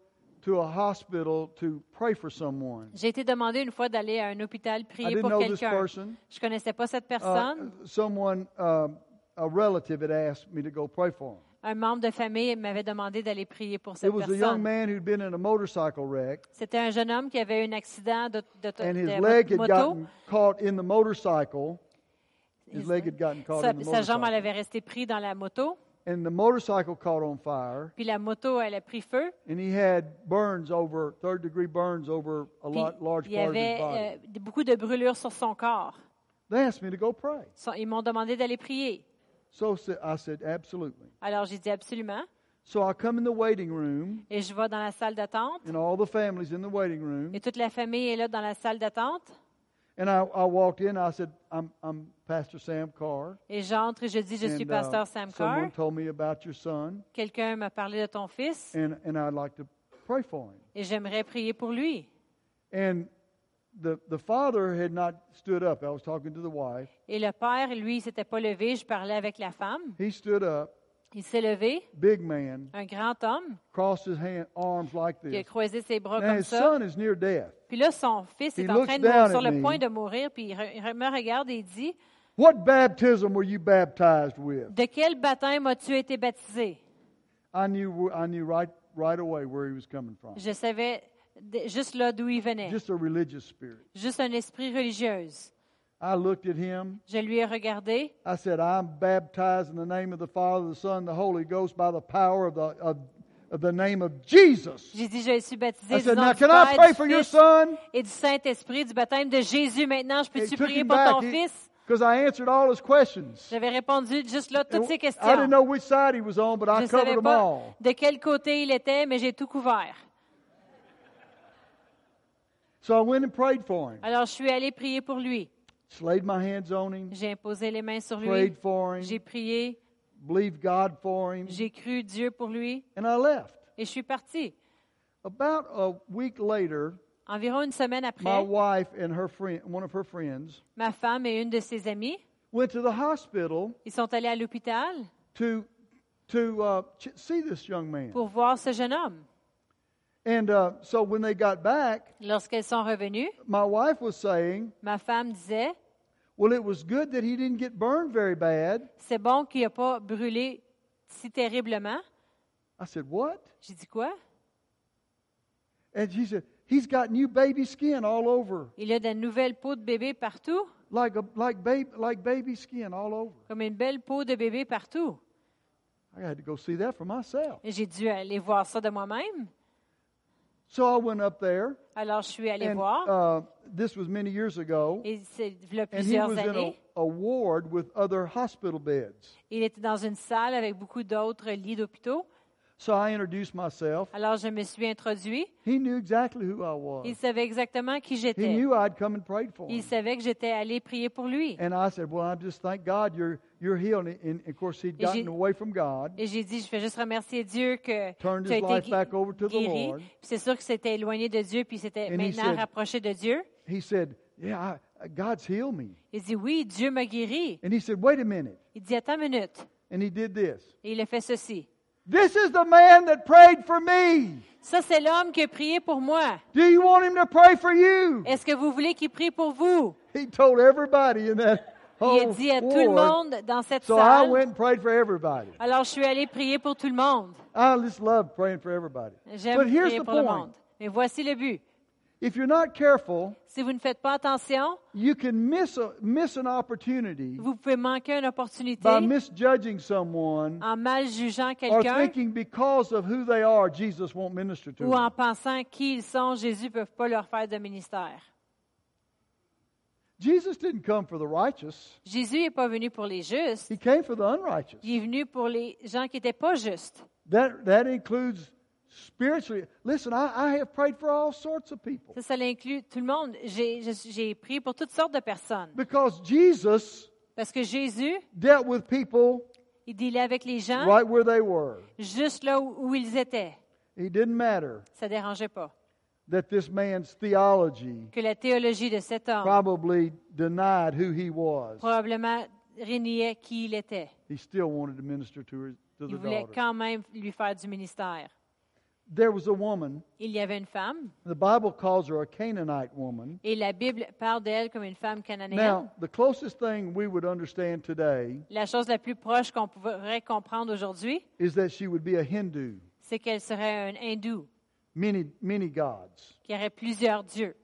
Speaker 1: to a hospital to pray for someone.
Speaker 2: J'ai été demandé une fois d'aller à un hôpital
Speaker 1: I
Speaker 2: prier
Speaker 1: didn't
Speaker 2: pour
Speaker 1: know this
Speaker 2: quelqu'un.
Speaker 1: person.
Speaker 2: Je connaissais pas cette
Speaker 1: Uh,
Speaker 2: personne.
Speaker 1: someone, um, a relative, had asked me to go pray for him.
Speaker 2: Un membre de famille m'avait demandé d'aller prier pour
Speaker 1: It
Speaker 2: cette
Speaker 1: was a young
Speaker 2: personne.
Speaker 1: man who'd been in a motorcycle wreck,
Speaker 2: C'était un jeune homme qui avait eu un accident de, de-
Speaker 1: and
Speaker 2: de
Speaker 1: his leg had
Speaker 2: moto.
Speaker 1: gotten caught in the motorcycle. His leg had gotten caught
Speaker 2: Sa,
Speaker 1: in the
Speaker 2: sa jambe, elle
Speaker 1: motorcycle.
Speaker 2: avait resté prise dans la moto.
Speaker 1: And the motorcycle caught on fire.
Speaker 2: Puis la moto, elle a pris feu.
Speaker 1: and he had burns over third degree burns over a
Speaker 2: Puis
Speaker 1: lot, large
Speaker 2: il y
Speaker 1: part of his
Speaker 2: avait
Speaker 1: body.
Speaker 2: euh, de- beaucoup de brûlures sur son corps.
Speaker 1: they asked me to go pray,
Speaker 2: Son- Ils m'ont demandé d'aller prier.
Speaker 1: so sa- I said absolutely.
Speaker 2: Alors j'ai dit absolument.
Speaker 1: So I come in the waiting room,
Speaker 2: Et je vais dans la salle d'attente.
Speaker 1: and all the families in the waiting room,
Speaker 2: Et toute la famille est là dans la salle d'attente.
Speaker 1: and I, I walked in. I said, "I'm, I'm Pastor Sam Carr."
Speaker 2: Et j'entre et je dis, je suis
Speaker 1: and, uh,
Speaker 2: pasteur Sam Carr.
Speaker 1: someone told me about your son,
Speaker 2: Quelqu'un m'a parlé de ton fils
Speaker 1: and and I'd like to pray for him.
Speaker 2: et j'aimerais prier pour lui.
Speaker 1: And the the father had not stood up. I was talking to the wife.
Speaker 2: Et le père, lui, il s'était pas levé. Je parlais avec la femme.
Speaker 1: He stood up,
Speaker 2: Il s'est levé,
Speaker 1: big man,
Speaker 2: un grand homme,
Speaker 1: crossed his hand, arms like
Speaker 2: qui
Speaker 1: this.
Speaker 2: a croisé ses bras
Speaker 1: Now
Speaker 2: comme
Speaker 1: his
Speaker 2: ça.
Speaker 1: son is near death.
Speaker 2: Puis là, son fils
Speaker 1: Ben, He
Speaker 2: est en
Speaker 1: looks
Speaker 2: train de
Speaker 1: down
Speaker 2: sur
Speaker 1: at
Speaker 2: le
Speaker 1: me.
Speaker 2: point de mourir, puis il re- il me regarde et il dit,
Speaker 1: What baptism were you baptized with?
Speaker 2: de quel baptême as-tu été baptisé?
Speaker 1: I knew I knew right right away where he was coming from.
Speaker 2: Je savais d- juste là d'où il venait,
Speaker 1: Just a religious spirit.
Speaker 2: juste un esprit religieuse.
Speaker 1: I looked at him.
Speaker 2: Je lui ai regardé,
Speaker 1: I said, I'm baptized in the name of the Father, the Son, the Holy Ghost, by the power of the of, of the name of Jesus.
Speaker 2: j'ai dit, je suis baptisé
Speaker 1: I
Speaker 2: du
Speaker 1: said,
Speaker 2: nom
Speaker 1: Now
Speaker 2: du
Speaker 1: Ah, can I pray
Speaker 2: Père,
Speaker 1: for
Speaker 2: du
Speaker 1: your
Speaker 2: Fils
Speaker 1: son?
Speaker 2: et du Saint-Esprit, du baptême de Jésus maintenant. Je
Speaker 1: It
Speaker 2: peux-tu
Speaker 1: took
Speaker 2: prier
Speaker 1: him
Speaker 2: pour
Speaker 1: back
Speaker 2: ton fils?
Speaker 1: because I answered all his questions.
Speaker 2: J'avais répondu juste là toutes
Speaker 1: Oh,
Speaker 2: ces
Speaker 1: I didn't
Speaker 2: questions.
Speaker 1: know which side he was on, but
Speaker 2: Je
Speaker 1: I
Speaker 2: ne
Speaker 1: covered
Speaker 2: savais
Speaker 1: them
Speaker 2: pas
Speaker 1: all.
Speaker 2: de quel côté il était, mais j'ai tout couvert.
Speaker 1: So I went and prayed for him.
Speaker 2: Alors, je suis allée prier pour lui.
Speaker 1: Just laid my hands on him,
Speaker 2: J'ai imposé les mains sur lui.
Speaker 1: prayed for him,
Speaker 2: J'ai prié.
Speaker 1: believed God for him,
Speaker 2: J'ai cru Dieu pour lui.
Speaker 1: and I left.
Speaker 2: Et je suis partie.
Speaker 1: About a week later,
Speaker 2: Environ une semaine
Speaker 1: my
Speaker 2: après,
Speaker 1: wife and her friend, one of her friends,
Speaker 2: ma femme et une de ses amies,
Speaker 1: went to the hospital
Speaker 2: ils sont allés à l'hôpital
Speaker 1: to to uh, ch- see this young man.
Speaker 2: pour voir ce jeune homme.
Speaker 1: And uh, so when they got back,
Speaker 2: Lorsqu'elles sont revenues,
Speaker 1: my wife was saying,
Speaker 2: ma femme disait,
Speaker 1: Well, it was good that he didn't get burned very bad.
Speaker 2: c'est bon qu'il n'a pas brûlé si terriblement.
Speaker 1: I said, What?
Speaker 2: J'ai dit quoi?
Speaker 1: And she said, He's got new baby skin all over,
Speaker 2: Il a de la nouvelle peau de bébé partout,
Speaker 1: like, a, like, babe, like baby skin all over.
Speaker 2: comme une belle peau de bébé partout.
Speaker 1: I had to go see that for myself.
Speaker 2: J'ai dû aller voir ça de moi-même.
Speaker 1: So I went up there.
Speaker 2: Alors, je suis allée
Speaker 1: And,
Speaker 2: voir.
Speaker 1: uh, this was many years ago.
Speaker 2: et c'est il y a
Speaker 1: And he
Speaker 2: plusieurs
Speaker 1: was in a,
Speaker 2: années.
Speaker 1: a ward with other hospital beds.
Speaker 2: Il était dans une salle avec beaucoup d'autres lits d'hôpitaux.
Speaker 1: So I introduced myself.
Speaker 2: Alors, je me suis introduit.
Speaker 1: He knew exactly who I
Speaker 2: Il
Speaker 1: was.
Speaker 2: savait exactement qui
Speaker 1: He
Speaker 2: j'étais.
Speaker 1: knew I'd come and prayed for
Speaker 2: Il
Speaker 1: him.
Speaker 2: savait que j'étais allée prier pour lui.
Speaker 1: And I said, Well, I just thank God you're, you're healed. And, and of course, he'd
Speaker 2: Et j'ai-
Speaker 1: gotten away from God.
Speaker 2: Et j'ai dit, je vais juste remercier Dieu que tu as
Speaker 1: Turned his
Speaker 2: été
Speaker 1: life
Speaker 2: gui-
Speaker 1: back over to the
Speaker 2: guéri.
Speaker 1: Lord.
Speaker 2: Puis C'est sûr que c'était éloigné de Dieu, puis c'était
Speaker 1: And he
Speaker 2: maintenant
Speaker 1: said-
Speaker 2: rapproché de Dieu.
Speaker 1: He said, Yeah, I, uh, God's healed me.
Speaker 2: Il dit, oui, Dieu m'a guéri.
Speaker 1: And he said, Wait a minute.
Speaker 2: Il dit, attends une minute.
Speaker 1: And he did this.
Speaker 2: Et il a fait ceci.
Speaker 1: This is the man that prayed for me.
Speaker 2: Ça, c'est l'homme qui a prié pour moi.
Speaker 1: Do you want him to pray for you?
Speaker 2: Est-ce que vous voulez qu'il prie pour vous?
Speaker 1: He told everybody in
Speaker 2: *laughs*
Speaker 1: that
Speaker 2: Il a
Speaker 1: whole
Speaker 2: dit à tout le
Speaker 1: ward.
Speaker 2: monde dans cette
Speaker 1: Oh, So I
Speaker 2: salle.
Speaker 1: went and prayed for everybody.
Speaker 2: Alors, je suis allée prier pour tout le monde.
Speaker 1: I just love praying for everybody.
Speaker 2: J'aime
Speaker 1: But here's
Speaker 2: prier
Speaker 1: the
Speaker 2: pour le
Speaker 1: point.
Speaker 2: monde. Mais voici le but.
Speaker 1: If you're not careful,
Speaker 2: Si vous ne faites pas attention,
Speaker 1: you can miss a, miss an opportunity
Speaker 2: vous pouvez manquer une opportunité
Speaker 1: by misjudging someone
Speaker 2: en mal jugeant
Speaker 1: or
Speaker 2: quelqu'un
Speaker 1: thinking because of who they are, Jesus won't minister to
Speaker 2: ou en
Speaker 1: them.
Speaker 2: pensant qui ils sont, Jésus ne peut pas leur faire de ministère.
Speaker 1: Jesus didn't come for the righteous.
Speaker 2: Jésus n'est pas venu pour les justes.
Speaker 1: He came for the unrighteous.
Speaker 2: Il est venu pour les gens qui n'étaient pas justes.
Speaker 1: That that includes spiritually. Listen, I, I have prayed for all sorts of people
Speaker 2: Ça, ça l'inclut tout le monde. J'ai je- j'ai prié pour toutes sortes de personnes.
Speaker 1: because Jesus
Speaker 2: Parce que Jésus,
Speaker 1: dealt with people
Speaker 2: il dealait avec les gens
Speaker 1: right where they were.
Speaker 2: juste là où, où ils étaient.
Speaker 1: It didn't matter
Speaker 2: Ça ne dérangeait pas.
Speaker 1: that this man's theology
Speaker 2: Que la théologie de cet homme
Speaker 1: probably denied who he was.
Speaker 2: probablement reniait qui il était.
Speaker 1: He still wanted to minister to, her, to
Speaker 2: Il
Speaker 1: the
Speaker 2: voulait
Speaker 1: daughter.
Speaker 2: quand même lui faire du ministère.
Speaker 1: There was a woman.
Speaker 2: Il y avait une femme,
Speaker 1: The Bible calls her a Canaanite woman.
Speaker 2: et la Bible parle d'elle comme une femme cananéenne.
Speaker 1: Now, the closest thing we would understand today
Speaker 2: La chose la plus proche qu'on pourrait comprendre aujourd'hui,
Speaker 1: is that she would be a Hindu,
Speaker 2: c'est qu'elle serait un hindou
Speaker 1: many many gods.
Speaker 2: qui aurait plusieurs dieux.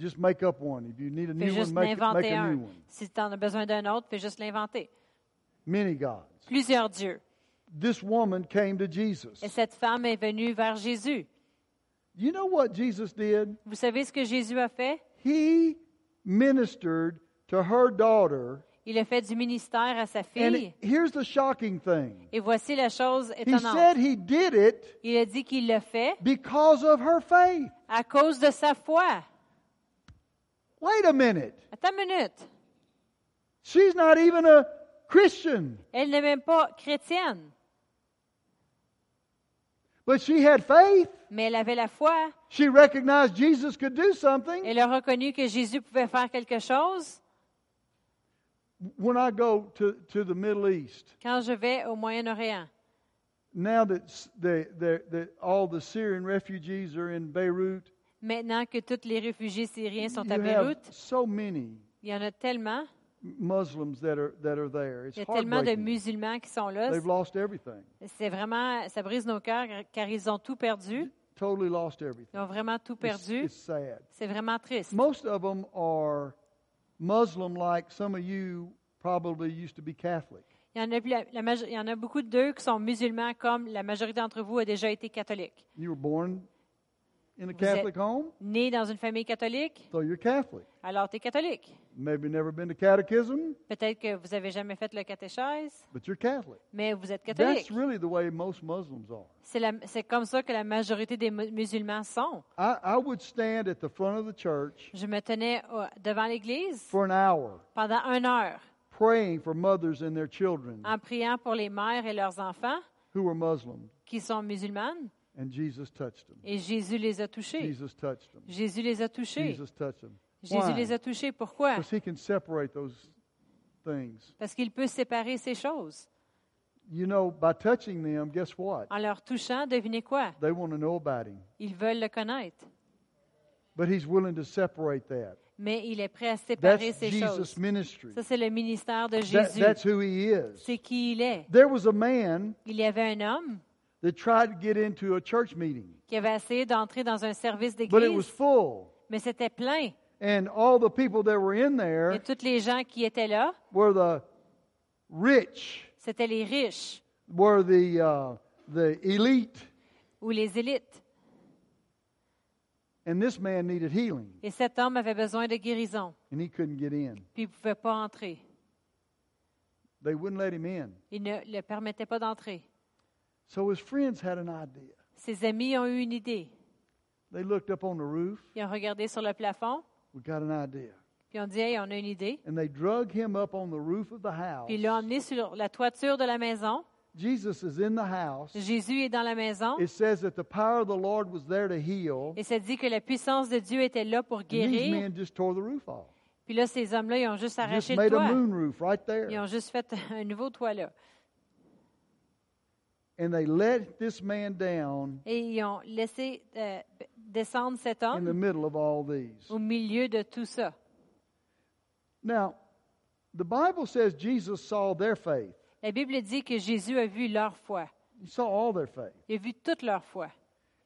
Speaker 1: Just make up one. If you need a
Speaker 2: Fais
Speaker 1: new
Speaker 2: juste
Speaker 1: one, make, it- make
Speaker 2: l'inventer
Speaker 1: a
Speaker 2: un.
Speaker 1: new one.
Speaker 2: Si tu en as besoin d'un autre, fais juste l'inventer.
Speaker 1: Many gods.
Speaker 2: Plusieurs dieux.
Speaker 1: This woman came to Jesus.
Speaker 2: Et cette femme est venue vers Jésus.
Speaker 1: You know what Jesus did?
Speaker 2: Vous savez ce que Jésus a fait?
Speaker 1: He ministered to her daughter.
Speaker 2: Il a fait du ministère à sa
Speaker 1: And
Speaker 2: fille.
Speaker 1: it- here's the shocking thing.
Speaker 2: Et voici la chose
Speaker 1: He
Speaker 2: étonnante.
Speaker 1: said he did it
Speaker 2: Il a dit qu'il l'a fait
Speaker 1: because of her faith.
Speaker 2: à cause de sa foi.
Speaker 1: Wait a minute.
Speaker 2: Attends une minute.
Speaker 1: She's not even a Christian,
Speaker 2: Elle n'est même pas chrétienne,
Speaker 1: but she had faith.
Speaker 2: mais elle avait la foi.
Speaker 1: She recognized Jesus could do something.
Speaker 2: Elle a reconnu que Jésus pouvait faire quelque chose.
Speaker 1: When I go to, to the Middle East,
Speaker 2: Quand je vais au Moyen-Orient,
Speaker 1: now that s- the, the, the, all the Syrian refugees are in Beirut,
Speaker 2: maintenant que tous les réfugiés syriens sont à
Speaker 1: you have
Speaker 2: Beyrouth,
Speaker 1: so many
Speaker 2: il y en a tellement,
Speaker 1: Muslims that are, that are there. It's
Speaker 2: il y a tellement de
Speaker 1: heartbreaking.
Speaker 2: musulmans qui sont là.
Speaker 1: They've lost everything,
Speaker 2: C'est vraiment, ça brise nos cœurs car ils ont tout perdu.
Speaker 1: totally lost everything.
Speaker 2: Ils ont vraiment tout
Speaker 1: It's,
Speaker 2: perdu.
Speaker 1: it's sad.
Speaker 2: C'est vraiment triste.
Speaker 1: Most of them are Muslim, like some of you probably used to be Catholic.
Speaker 2: Il y en a, plus- la- la majo- il y en a beaucoup d'eux qui sont musulmans, comme la majorité d'entre vous a déjà été catholique.
Speaker 1: You were born in a
Speaker 2: Vous êtes-
Speaker 1: Catholic home,
Speaker 2: Né dans une famille catholique,
Speaker 1: so you're Catholic.
Speaker 2: alors tu es catholique.
Speaker 1: Maybe never been to catechism,
Speaker 2: Peut-être que vous avez jamais fait le catéchèse,
Speaker 1: but you're Catholic.
Speaker 2: mais vous êtes catholique.
Speaker 1: That's really the way most Muslims are.
Speaker 2: C'est la- c'est comme ça que la majorité des mu- musulmans sont.
Speaker 1: I, I would stand at the front of the church
Speaker 2: Je me tenais au- devant l'église
Speaker 1: for an hour
Speaker 2: pendant une heure
Speaker 1: praying for mothers and their children
Speaker 2: en priant pour les mères et leurs enfants
Speaker 1: who were Muslim,
Speaker 2: qui sont musulmanes
Speaker 1: and Jesus touched them.
Speaker 2: et Jésus les a touchés.
Speaker 1: Jesus touched them.
Speaker 2: Jésus les a touchés.
Speaker 1: Jesus touched them.
Speaker 2: Jésus les a touchés. Pourquoi?
Speaker 1: Because he can separate those things.
Speaker 2: Parce qu'il peut séparer ces choses.
Speaker 1: You know, by touching them, guess what?
Speaker 2: En leur touchant, devinez quoi?
Speaker 1: They want to know about him.
Speaker 2: Ils veulent le connaître.
Speaker 1: But he's willing to separate that.
Speaker 2: Mais il est prêt à séparer
Speaker 1: That's
Speaker 2: ces choses.
Speaker 1: Jesus' ministry.
Speaker 2: Ça, c'est le ministère de
Speaker 1: That-
Speaker 2: Jésus.
Speaker 1: that's who he is.
Speaker 2: C'est qui il est.
Speaker 1: There was a man
Speaker 2: Il y avait un homme
Speaker 1: that tried to get into a church meeting,
Speaker 2: qui avait essayé d'entrer dans un service
Speaker 1: but it was
Speaker 2: d'église,
Speaker 1: full.
Speaker 2: mais c'était plein.
Speaker 1: And all the people that were in
Speaker 2: Et
Speaker 1: there
Speaker 2: toutes les gens qui étaient là,
Speaker 1: were the rich,
Speaker 2: c'était les riches
Speaker 1: were the, uh, the elite,
Speaker 2: ou les élites.
Speaker 1: and this man needed healing,
Speaker 2: Et cet homme avait besoin de guérison,
Speaker 1: and he couldn't get in.
Speaker 2: puis il ne pouvait pas entrer.
Speaker 1: They wouldn't let him in.
Speaker 2: Il ne le permettait pas d'entrer.
Speaker 1: So his friends had an idea.
Speaker 2: Ses amis ont eu une idée.
Speaker 1: They looked up on the roof.
Speaker 2: Ils ont regardé sur le plafond,
Speaker 1: We got an idea.
Speaker 2: puis ont dit Hey, on a une idée.
Speaker 1: And they drug him up on the roof of the house.
Speaker 2: Puis ils l'ont emmené sur la toiture de la maison.
Speaker 1: Jesus is in the house.
Speaker 2: Jésus est dans la maison.
Speaker 1: It says that the power of the Lord was there to heal.
Speaker 2: Et ça dit que la puissance de Dieu était là pour
Speaker 1: And these
Speaker 2: guérir.
Speaker 1: men just tore the roof off.
Speaker 2: Puis là, ces hommes-là, ils ont juste
Speaker 1: Just
Speaker 2: arraché le
Speaker 1: made a
Speaker 2: toit.
Speaker 1: moon roof right
Speaker 2: Ils ont
Speaker 1: there.
Speaker 2: juste fait *laughs* un nouveau toit là.
Speaker 1: And they let this man down
Speaker 2: Et ils ont laissé euh, descendre cet
Speaker 1: in the
Speaker 2: homme
Speaker 1: middle of all these.
Speaker 2: au milieu de tout ça.
Speaker 1: Now, the Bible says Jesus saw their faith.
Speaker 2: La Bible dit que Jésus a vu leur foi.
Speaker 1: He saw all their faith.
Speaker 2: Il a vu toute leur foi.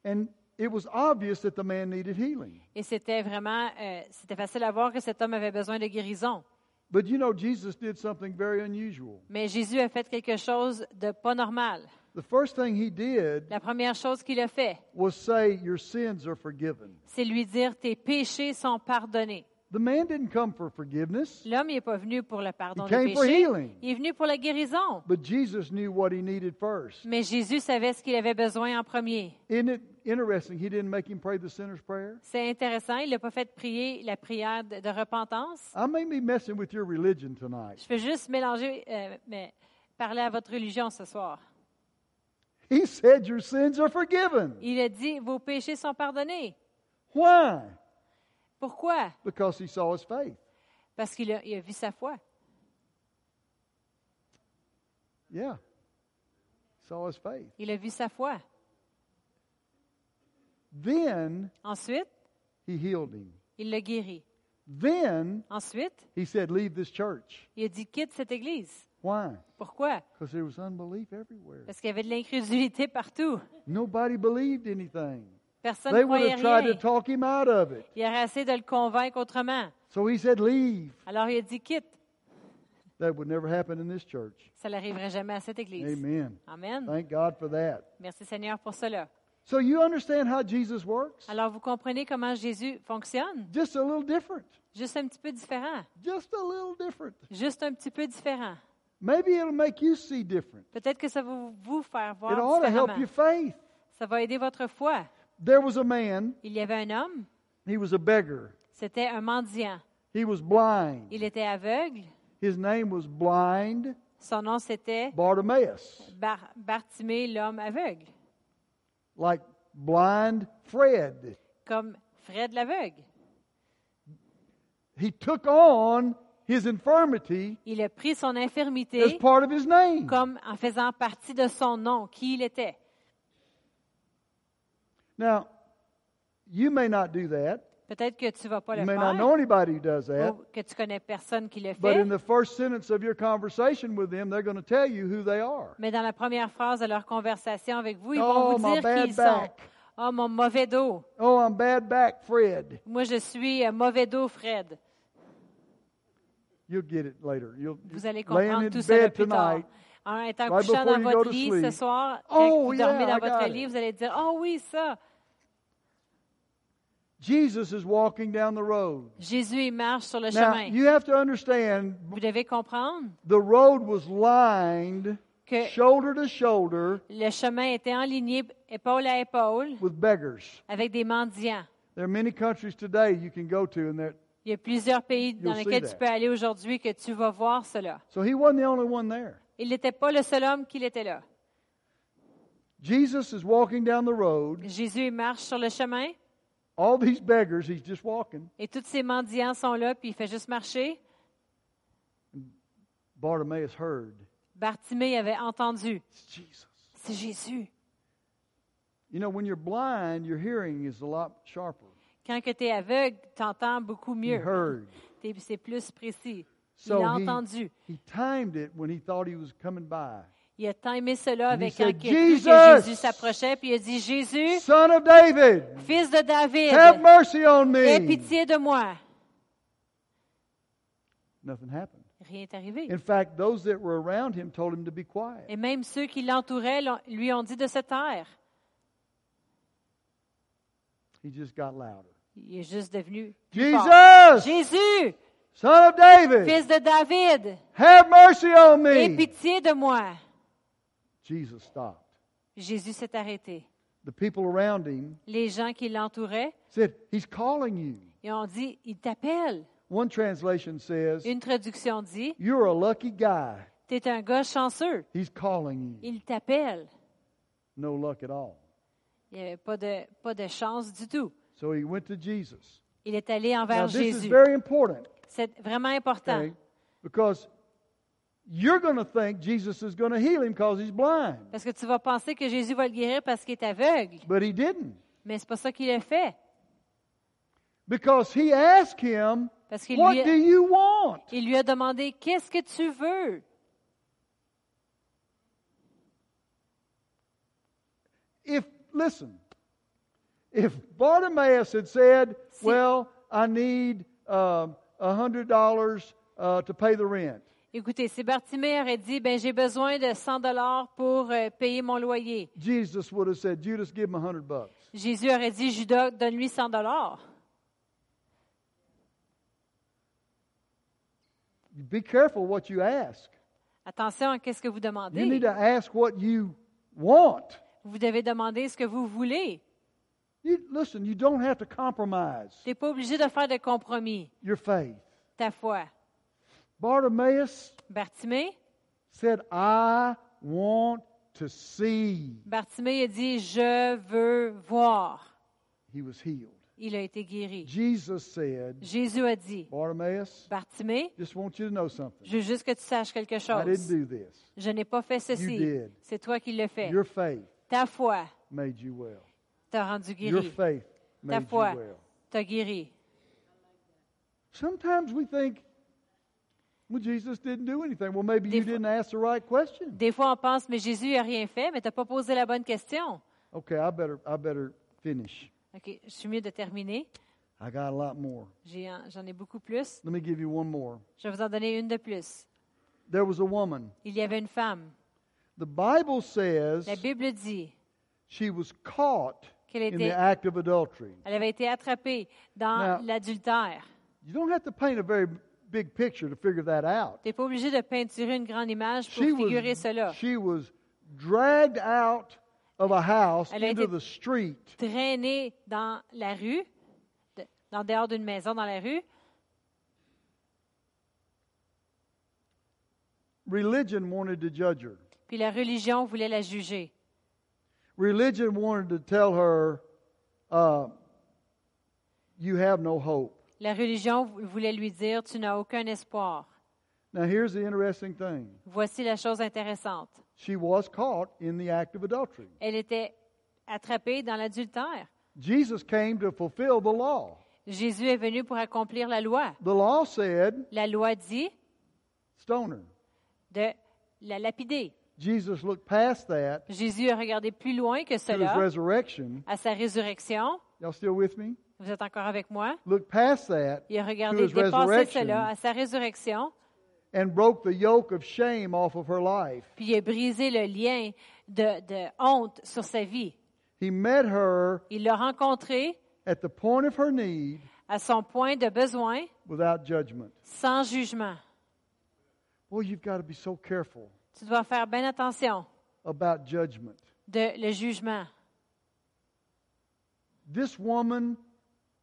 Speaker 1: And it was obvious that the man needed healing.
Speaker 2: Et c'était vraiment, euh, c'était facile à voir que cet homme avait besoin de guérison.
Speaker 1: But you know, Jesus did something very unusual.
Speaker 2: Mais Jésus a fait quelque chose de pas normal.
Speaker 1: The first thing he did
Speaker 2: La première chose qu'il a fait,
Speaker 1: was say, Your sins are forgiven.
Speaker 2: c'est lui dire tes péchés sont pardonnés.
Speaker 1: The man didn't come for forgiveness,
Speaker 2: L'homme n'est pas venu pour le pardon
Speaker 1: he
Speaker 2: des
Speaker 1: came for
Speaker 2: péchés.
Speaker 1: healing.
Speaker 2: Il est venu pour la guérison.
Speaker 1: But Jesus knew what he needed first.
Speaker 2: Mais Jésus savait ce qu'il avait besoin en premier.
Speaker 1: Isn't it interesting? He didn't make him pray the sinner's prayer.
Speaker 2: C'est intéressant, il n'a pas fait prier la prière de, de repentance.
Speaker 1: I may be messing with your religion tonight. *laughs*
Speaker 2: Je peux juste mélanger, euh, mais parler à votre religion ce soir.
Speaker 1: He said, Your sins are forgiven.
Speaker 2: Il a dit, vos péchés sont pardonnés.
Speaker 1: Why?
Speaker 2: Pourquoi?
Speaker 1: Because he saw his faith.
Speaker 2: Parce qu'il a, il a vu sa foi.
Speaker 1: Yeah. Saw his faith.
Speaker 2: Il a vu sa foi.
Speaker 1: Then
Speaker 2: Ensuite,
Speaker 1: he healed him.
Speaker 2: il l'a guéri.
Speaker 1: Then
Speaker 2: Ensuite,
Speaker 1: he said, Leave this church.
Speaker 2: il a dit, quitte cette église.
Speaker 1: Why?
Speaker 2: Pourquoi?
Speaker 1: Because there was unbelief everywhere.
Speaker 2: Parce qu'il y avait de l'incrédulité partout.
Speaker 1: Nobody believed anything.
Speaker 2: Personne ne
Speaker 1: They would
Speaker 2: croyait
Speaker 1: have tried to
Speaker 2: rien.
Speaker 1: talk him out of it.
Speaker 2: Il aurait essayé de le convaincre autrement.
Speaker 1: So he said, Leave.
Speaker 2: Alors il a dit, quitte.
Speaker 1: That would never happen in this church.
Speaker 2: Ça n'arriverait jamais à cette église.
Speaker 1: Amen.
Speaker 2: Amen.
Speaker 1: Thank God for that.
Speaker 2: Merci Seigneur pour cela.
Speaker 1: So you understand how Jesus works?
Speaker 2: Alors, vous comprenez comment Jésus fonctionne?
Speaker 1: Just a little different.
Speaker 2: Juste un petit peu différent.
Speaker 1: Just a little different.
Speaker 2: Juste un petit peu différent.
Speaker 1: Maybe it'll make you see different.
Speaker 2: Peut-être que ça va vous faire voir
Speaker 1: It ought to help
Speaker 2: différemment.
Speaker 1: your faith.
Speaker 2: Ça va aider votre foi.
Speaker 1: There was a man,
Speaker 2: Il y avait un homme,
Speaker 1: he was a beggar.
Speaker 2: c'était un mendiant.
Speaker 1: He was blind.
Speaker 2: Il était aveugle.
Speaker 1: His name was blind
Speaker 2: Son nom, c'était
Speaker 1: Bartimaeus,
Speaker 2: Bar- Bartimée, l'homme aveugle,
Speaker 1: like blind Fred.
Speaker 2: comme Fred l'aveugle.
Speaker 1: He took on his infirmity
Speaker 2: Il a pris son
Speaker 1: as
Speaker 2: infirmité
Speaker 1: part of his name.
Speaker 2: comme en faisant partie de son nom, qui il était.
Speaker 1: Now, you may not do that.
Speaker 2: Peut-être que tu ne vas pas
Speaker 1: You
Speaker 2: le
Speaker 1: may not know
Speaker 2: faire,
Speaker 1: anybody who does that.
Speaker 2: ou que tu connais personne qui le
Speaker 1: But
Speaker 2: fait,
Speaker 1: in the first sentence of your conversation with them, they're going to tell you who they are.
Speaker 2: Mais dans la première phrase de leur conversation avec vous, ils
Speaker 1: Oh,
Speaker 2: vont vous
Speaker 1: my
Speaker 2: dire
Speaker 1: bad
Speaker 2: qui ils sont.
Speaker 1: back.
Speaker 2: Oh, mon mauvais dos.
Speaker 1: Oh, I'm bad back, Fred.
Speaker 2: Moi, je suis euh, mauvais dos, Fred.
Speaker 1: You'll get it later. You'll
Speaker 2: Vous allez
Speaker 1: laying
Speaker 2: comprendre
Speaker 1: in
Speaker 2: tout cela
Speaker 1: bed
Speaker 2: plus tard.
Speaker 1: tonight.
Speaker 2: En étant
Speaker 1: right
Speaker 2: couchant
Speaker 1: before
Speaker 2: dans
Speaker 1: you go to
Speaker 2: votre lit
Speaker 1: sleep.
Speaker 2: ce soir,
Speaker 1: Oh,
Speaker 2: quand vous
Speaker 1: yeah,
Speaker 2: dormez
Speaker 1: I
Speaker 2: dans
Speaker 1: got
Speaker 2: votre
Speaker 1: it.
Speaker 2: lit, vous allez dire, oh oui, ça.
Speaker 1: Jesus is walking down the road.
Speaker 2: Jésus, il marche sur le
Speaker 1: Now,
Speaker 2: chemin.
Speaker 1: you have to understand
Speaker 2: Vous devez comprendre
Speaker 1: the road was lined
Speaker 2: que
Speaker 1: shoulder to shoulder
Speaker 2: le chemin était enligné épaule à épaule
Speaker 1: with beggars.
Speaker 2: avec des mendiants.
Speaker 1: There are many countries today you can go to, and that.
Speaker 2: Il y a plusieurs pays dans
Speaker 1: You'll see
Speaker 2: lesquels tu
Speaker 1: that.
Speaker 2: peux aller aujourd'hui que tu vas voir cela.
Speaker 1: So he wasn't the only one there.
Speaker 2: Il n'était pas le seul homme qu'il était là.
Speaker 1: Jesus is walking down the road.
Speaker 2: Jésus il marche sur le chemin
Speaker 1: All these beggars, he's just walking.
Speaker 2: et tous ces mendiants sont là, puis il fait juste marcher.
Speaker 1: Bartimaeus heard.
Speaker 2: Bartimée avait entendu.
Speaker 1: It's Jesus.
Speaker 2: C'est Jésus.
Speaker 1: You know, when you're blind, your hearing is a lot sharper.
Speaker 2: Quand tu es aveugle, tu entends beaucoup
Speaker 1: He
Speaker 2: mieux.
Speaker 1: *laughs* heard.
Speaker 2: T'es- C'est plus précis. Il
Speaker 1: So
Speaker 2: a
Speaker 1: he-
Speaker 2: entendu.
Speaker 1: He timed it when he thought he was coming by.
Speaker 2: Il a timé cela avec
Speaker 1: said,
Speaker 2: quand il a cru que
Speaker 1: "Jesus!"
Speaker 2: Jésus s'approchait, puis il a dit, Jésus,
Speaker 1: Son of David,
Speaker 2: fils de
Speaker 1: have
Speaker 2: David,
Speaker 1: mercy on
Speaker 2: aie
Speaker 1: me.
Speaker 2: pitié de moi.
Speaker 1: Nothing happened.
Speaker 2: Rien n'est arrivé.
Speaker 1: In fact, those that were around him told him to be quiet.
Speaker 2: Et même ceux qui l'entouraient l'ont- lui ont dit de se taire.
Speaker 1: He just got louder.
Speaker 2: Il est juste devenu plus fort.
Speaker 1: Jesus,
Speaker 2: Jésus,
Speaker 1: son of David,
Speaker 2: fils de David,
Speaker 1: have mercy on
Speaker 2: aie
Speaker 1: me.
Speaker 2: pitié de moi.
Speaker 1: Jesus stopped.
Speaker 2: Jésus s'est arrêté.
Speaker 1: The people around him
Speaker 2: Les gens qui l'entouraient,
Speaker 1: said, He's calling you.
Speaker 2: ils ont dit, il t'appelle.
Speaker 1: One translation says,
Speaker 2: Une traduction dit,
Speaker 1: You're a lucky guy.
Speaker 2: t'es un gars chanceux.
Speaker 1: He's calling you.
Speaker 2: Il t'appelle.
Speaker 1: No luck at all.
Speaker 2: Il n'y avait pas de, pas de chance du tout.
Speaker 1: So he went to Jesus.
Speaker 2: Il est allé
Speaker 1: Now,
Speaker 2: envers
Speaker 1: this is
Speaker 2: Jésus.
Speaker 1: very important.
Speaker 2: C'est vraiment important.
Speaker 1: Okay? Because you're going to think Jesus is going to heal him because he's blind.
Speaker 2: Parce que tu vas penser que Jésus va le guérir parce qu'il est aveugle.
Speaker 1: But he didn't.
Speaker 2: Mais c'est pas ça qu'il a fait.
Speaker 1: Because he asked him,
Speaker 2: Parce qu'il
Speaker 1: What
Speaker 2: lui,
Speaker 1: do
Speaker 2: a-
Speaker 1: you want?
Speaker 2: il lui a demandé Qu'est-ce que tu veux
Speaker 1: If, listen, if Bartimaeus had said,
Speaker 2: Si-
Speaker 1: Well, I need um, $100 uh, to pay the rent,
Speaker 2: Écoutez, si Bartimée aurait dit ben, J'ai besoin de 100 dollars pour euh, payer mon loyer,
Speaker 1: Jesus would have said, Judas, give him 100 bucks.
Speaker 2: Jésus aurait dit Judas, donne-lui 100 dollars.
Speaker 1: Be careful what you ask.
Speaker 2: Attention à ce que vous
Speaker 1: You need
Speaker 2: demandez.
Speaker 1: to ask what you want.
Speaker 2: Vous devez demander ce que vous voulez.
Speaker 1: You, listen, you don't have to compromise
Speaker 2: Tu n'es pas obligé de faire de compromis,
Speaker 1: your faith.
Speaker 2: ta foi.
Speaker 1: Bartimaeus
Speaker 2: Bartimée,
Speaker 1: said, I want to see.
Speaker 2: Bartimée a dit Je veux voir.
Speaker 1: He was healed.
Speaker 2: Il a été guéri.
Speaker 1: Jesus said,
Speaker 2: Jésus a dit
Speaker 1: Bartimaeus,
Speaker 2: Bartimée,
Speaker 1: just want you to know something.
Speaker 2: je veux juste que tu saches quelque
Speaker 1: I didn't
Speaker 2: chose.
Speaker 1: do this.
Speaker 2: Je n'ai pas fait
Speaker 1: You
Speaker 2: ceci.
Speaker 1: did.
Speaker 2: C'est toi qui l'as fait.
Speaker 1: Your faith
Speaker 2: Ta foi
Speaker 1: made you well.
Speaker 2: t'a rendu
Speaker 1: Your
Speaker 2: guéri.
Speaker 1: faith
Speaker 2: Ta
Speaker 1: made you
Speaker 2: foi
Speaker 1: well.
Speaker 2: t'a guéri.
Speaker 1: Sometimes we think, well, Jesus didn't do anything. Well, maybe you
Speaker 2: Des fois-
Speaker 1: didn't ask the right question.
Speaker 2: Des fois, on pense, mais Jésus n'a rien fait, mais tu n'as pas posé la bonne question.
Speaker 1: Okay, I better I better finish.
Speaker 2: OK, je suis mieux de terminer.
Speaker 1: I got a lot more.
Speaker 2: J'ai en- J'en ai beaucoup plus.
Speaker 1: Let me give you one more.
Speaker 2: Je vais vous en donner une de plus.
Speaker 1: There was a woman.
Speaker 2: Il y avait une femme.
Speaker 1: The Bible says
Speaker 2: La Bible dit
Speaker 1: she was caught
Speaker 2: qu'elle
Speaker 1: in the
Speaker 2: était,
Speaker 1: act of adultery.
Speaker 2: elle avait été attrapée dans
Speaker 1: Now-
Speaker 2: l'adultère.
Speaker 1: You don't have to paint a very big picture to figure that out.
Speaker 2: Tu n'es pas obligé de peinturer une grande image pour
Speaker 1: She
Speaker 2: figurer
Speaker 1: was,
Speaker 2: cela.
Speaker 1: she was dragged out of a house
Speaker 2: Elle a
Speaker 1: into
Speaker 2: été-
Speaker 1: the street.
Speaker 2: Traînée dans la rue, de- dans dehors d'une maison dans la rue,
Speaker 1: Religion wanted to judge her.
Speaker 2: puis la religion voulait la juger.
Speaker 1: Religion wanted to tell her, uh, you have no hope.
Speaker 2: La religion vou- voulait lui dire, tu n'as aucun espoir.
Speaker 1: Now, here's the interesting thing.
Speaker 2: Voici la chose intéressante.
Speaker 1: She was caught in the act of adultery.
Speaker 2: Elle était attrapée dans l'adultère.
Speaker 1: Jesus came to fulfill the law.
Speaker 2: Jésus est venu pour accomplir la loi.
Speaker 1: The law said,
Speaker 2: La loi dit
Speaker 1: stone her.
Speaker 2: de la lapider.
Speaker 1: Jesus looked past that
Speaker 2: Jésus a regardé plus loin
Speaker 1: to
Speaker 2: que
Speaker 1: his
Speaker 2: cela
Speaker 1: resurrection.
Speaker 2: à sa résurrection.
Speaker 1: Y'all still with me?
Speaker 2: Vous êtes encore avec moi?
Speaker 1: Looked past that
Speaker 2: Il a
Speaker 1: To
Speaker 2: regardé
Speaker 1: his
Speaker 2: dépasser
Speaker 1: resurrection.
Speaker 2: cela à sa résurrection,
Speaker 1: and broke the yoke of shame off of her life.
Speaker 2: puis il a brisé le lien de, de honte sur sa vie.
Speaker 1: He met her
Speaker 2: Il l'a rencontrée
Speaker 1: at the point of her need
Speaker 2: à son point de besoin,
Speaker 1: without judgment.
Speaker 2: sans jugement.
Speaker 1: Boy, you've got to be so careful
Speaker 2: Tu dois faire bien attention
Speaker 1: about judgment.
Speaker 2: de le jugement.
Speaker 1: This woman,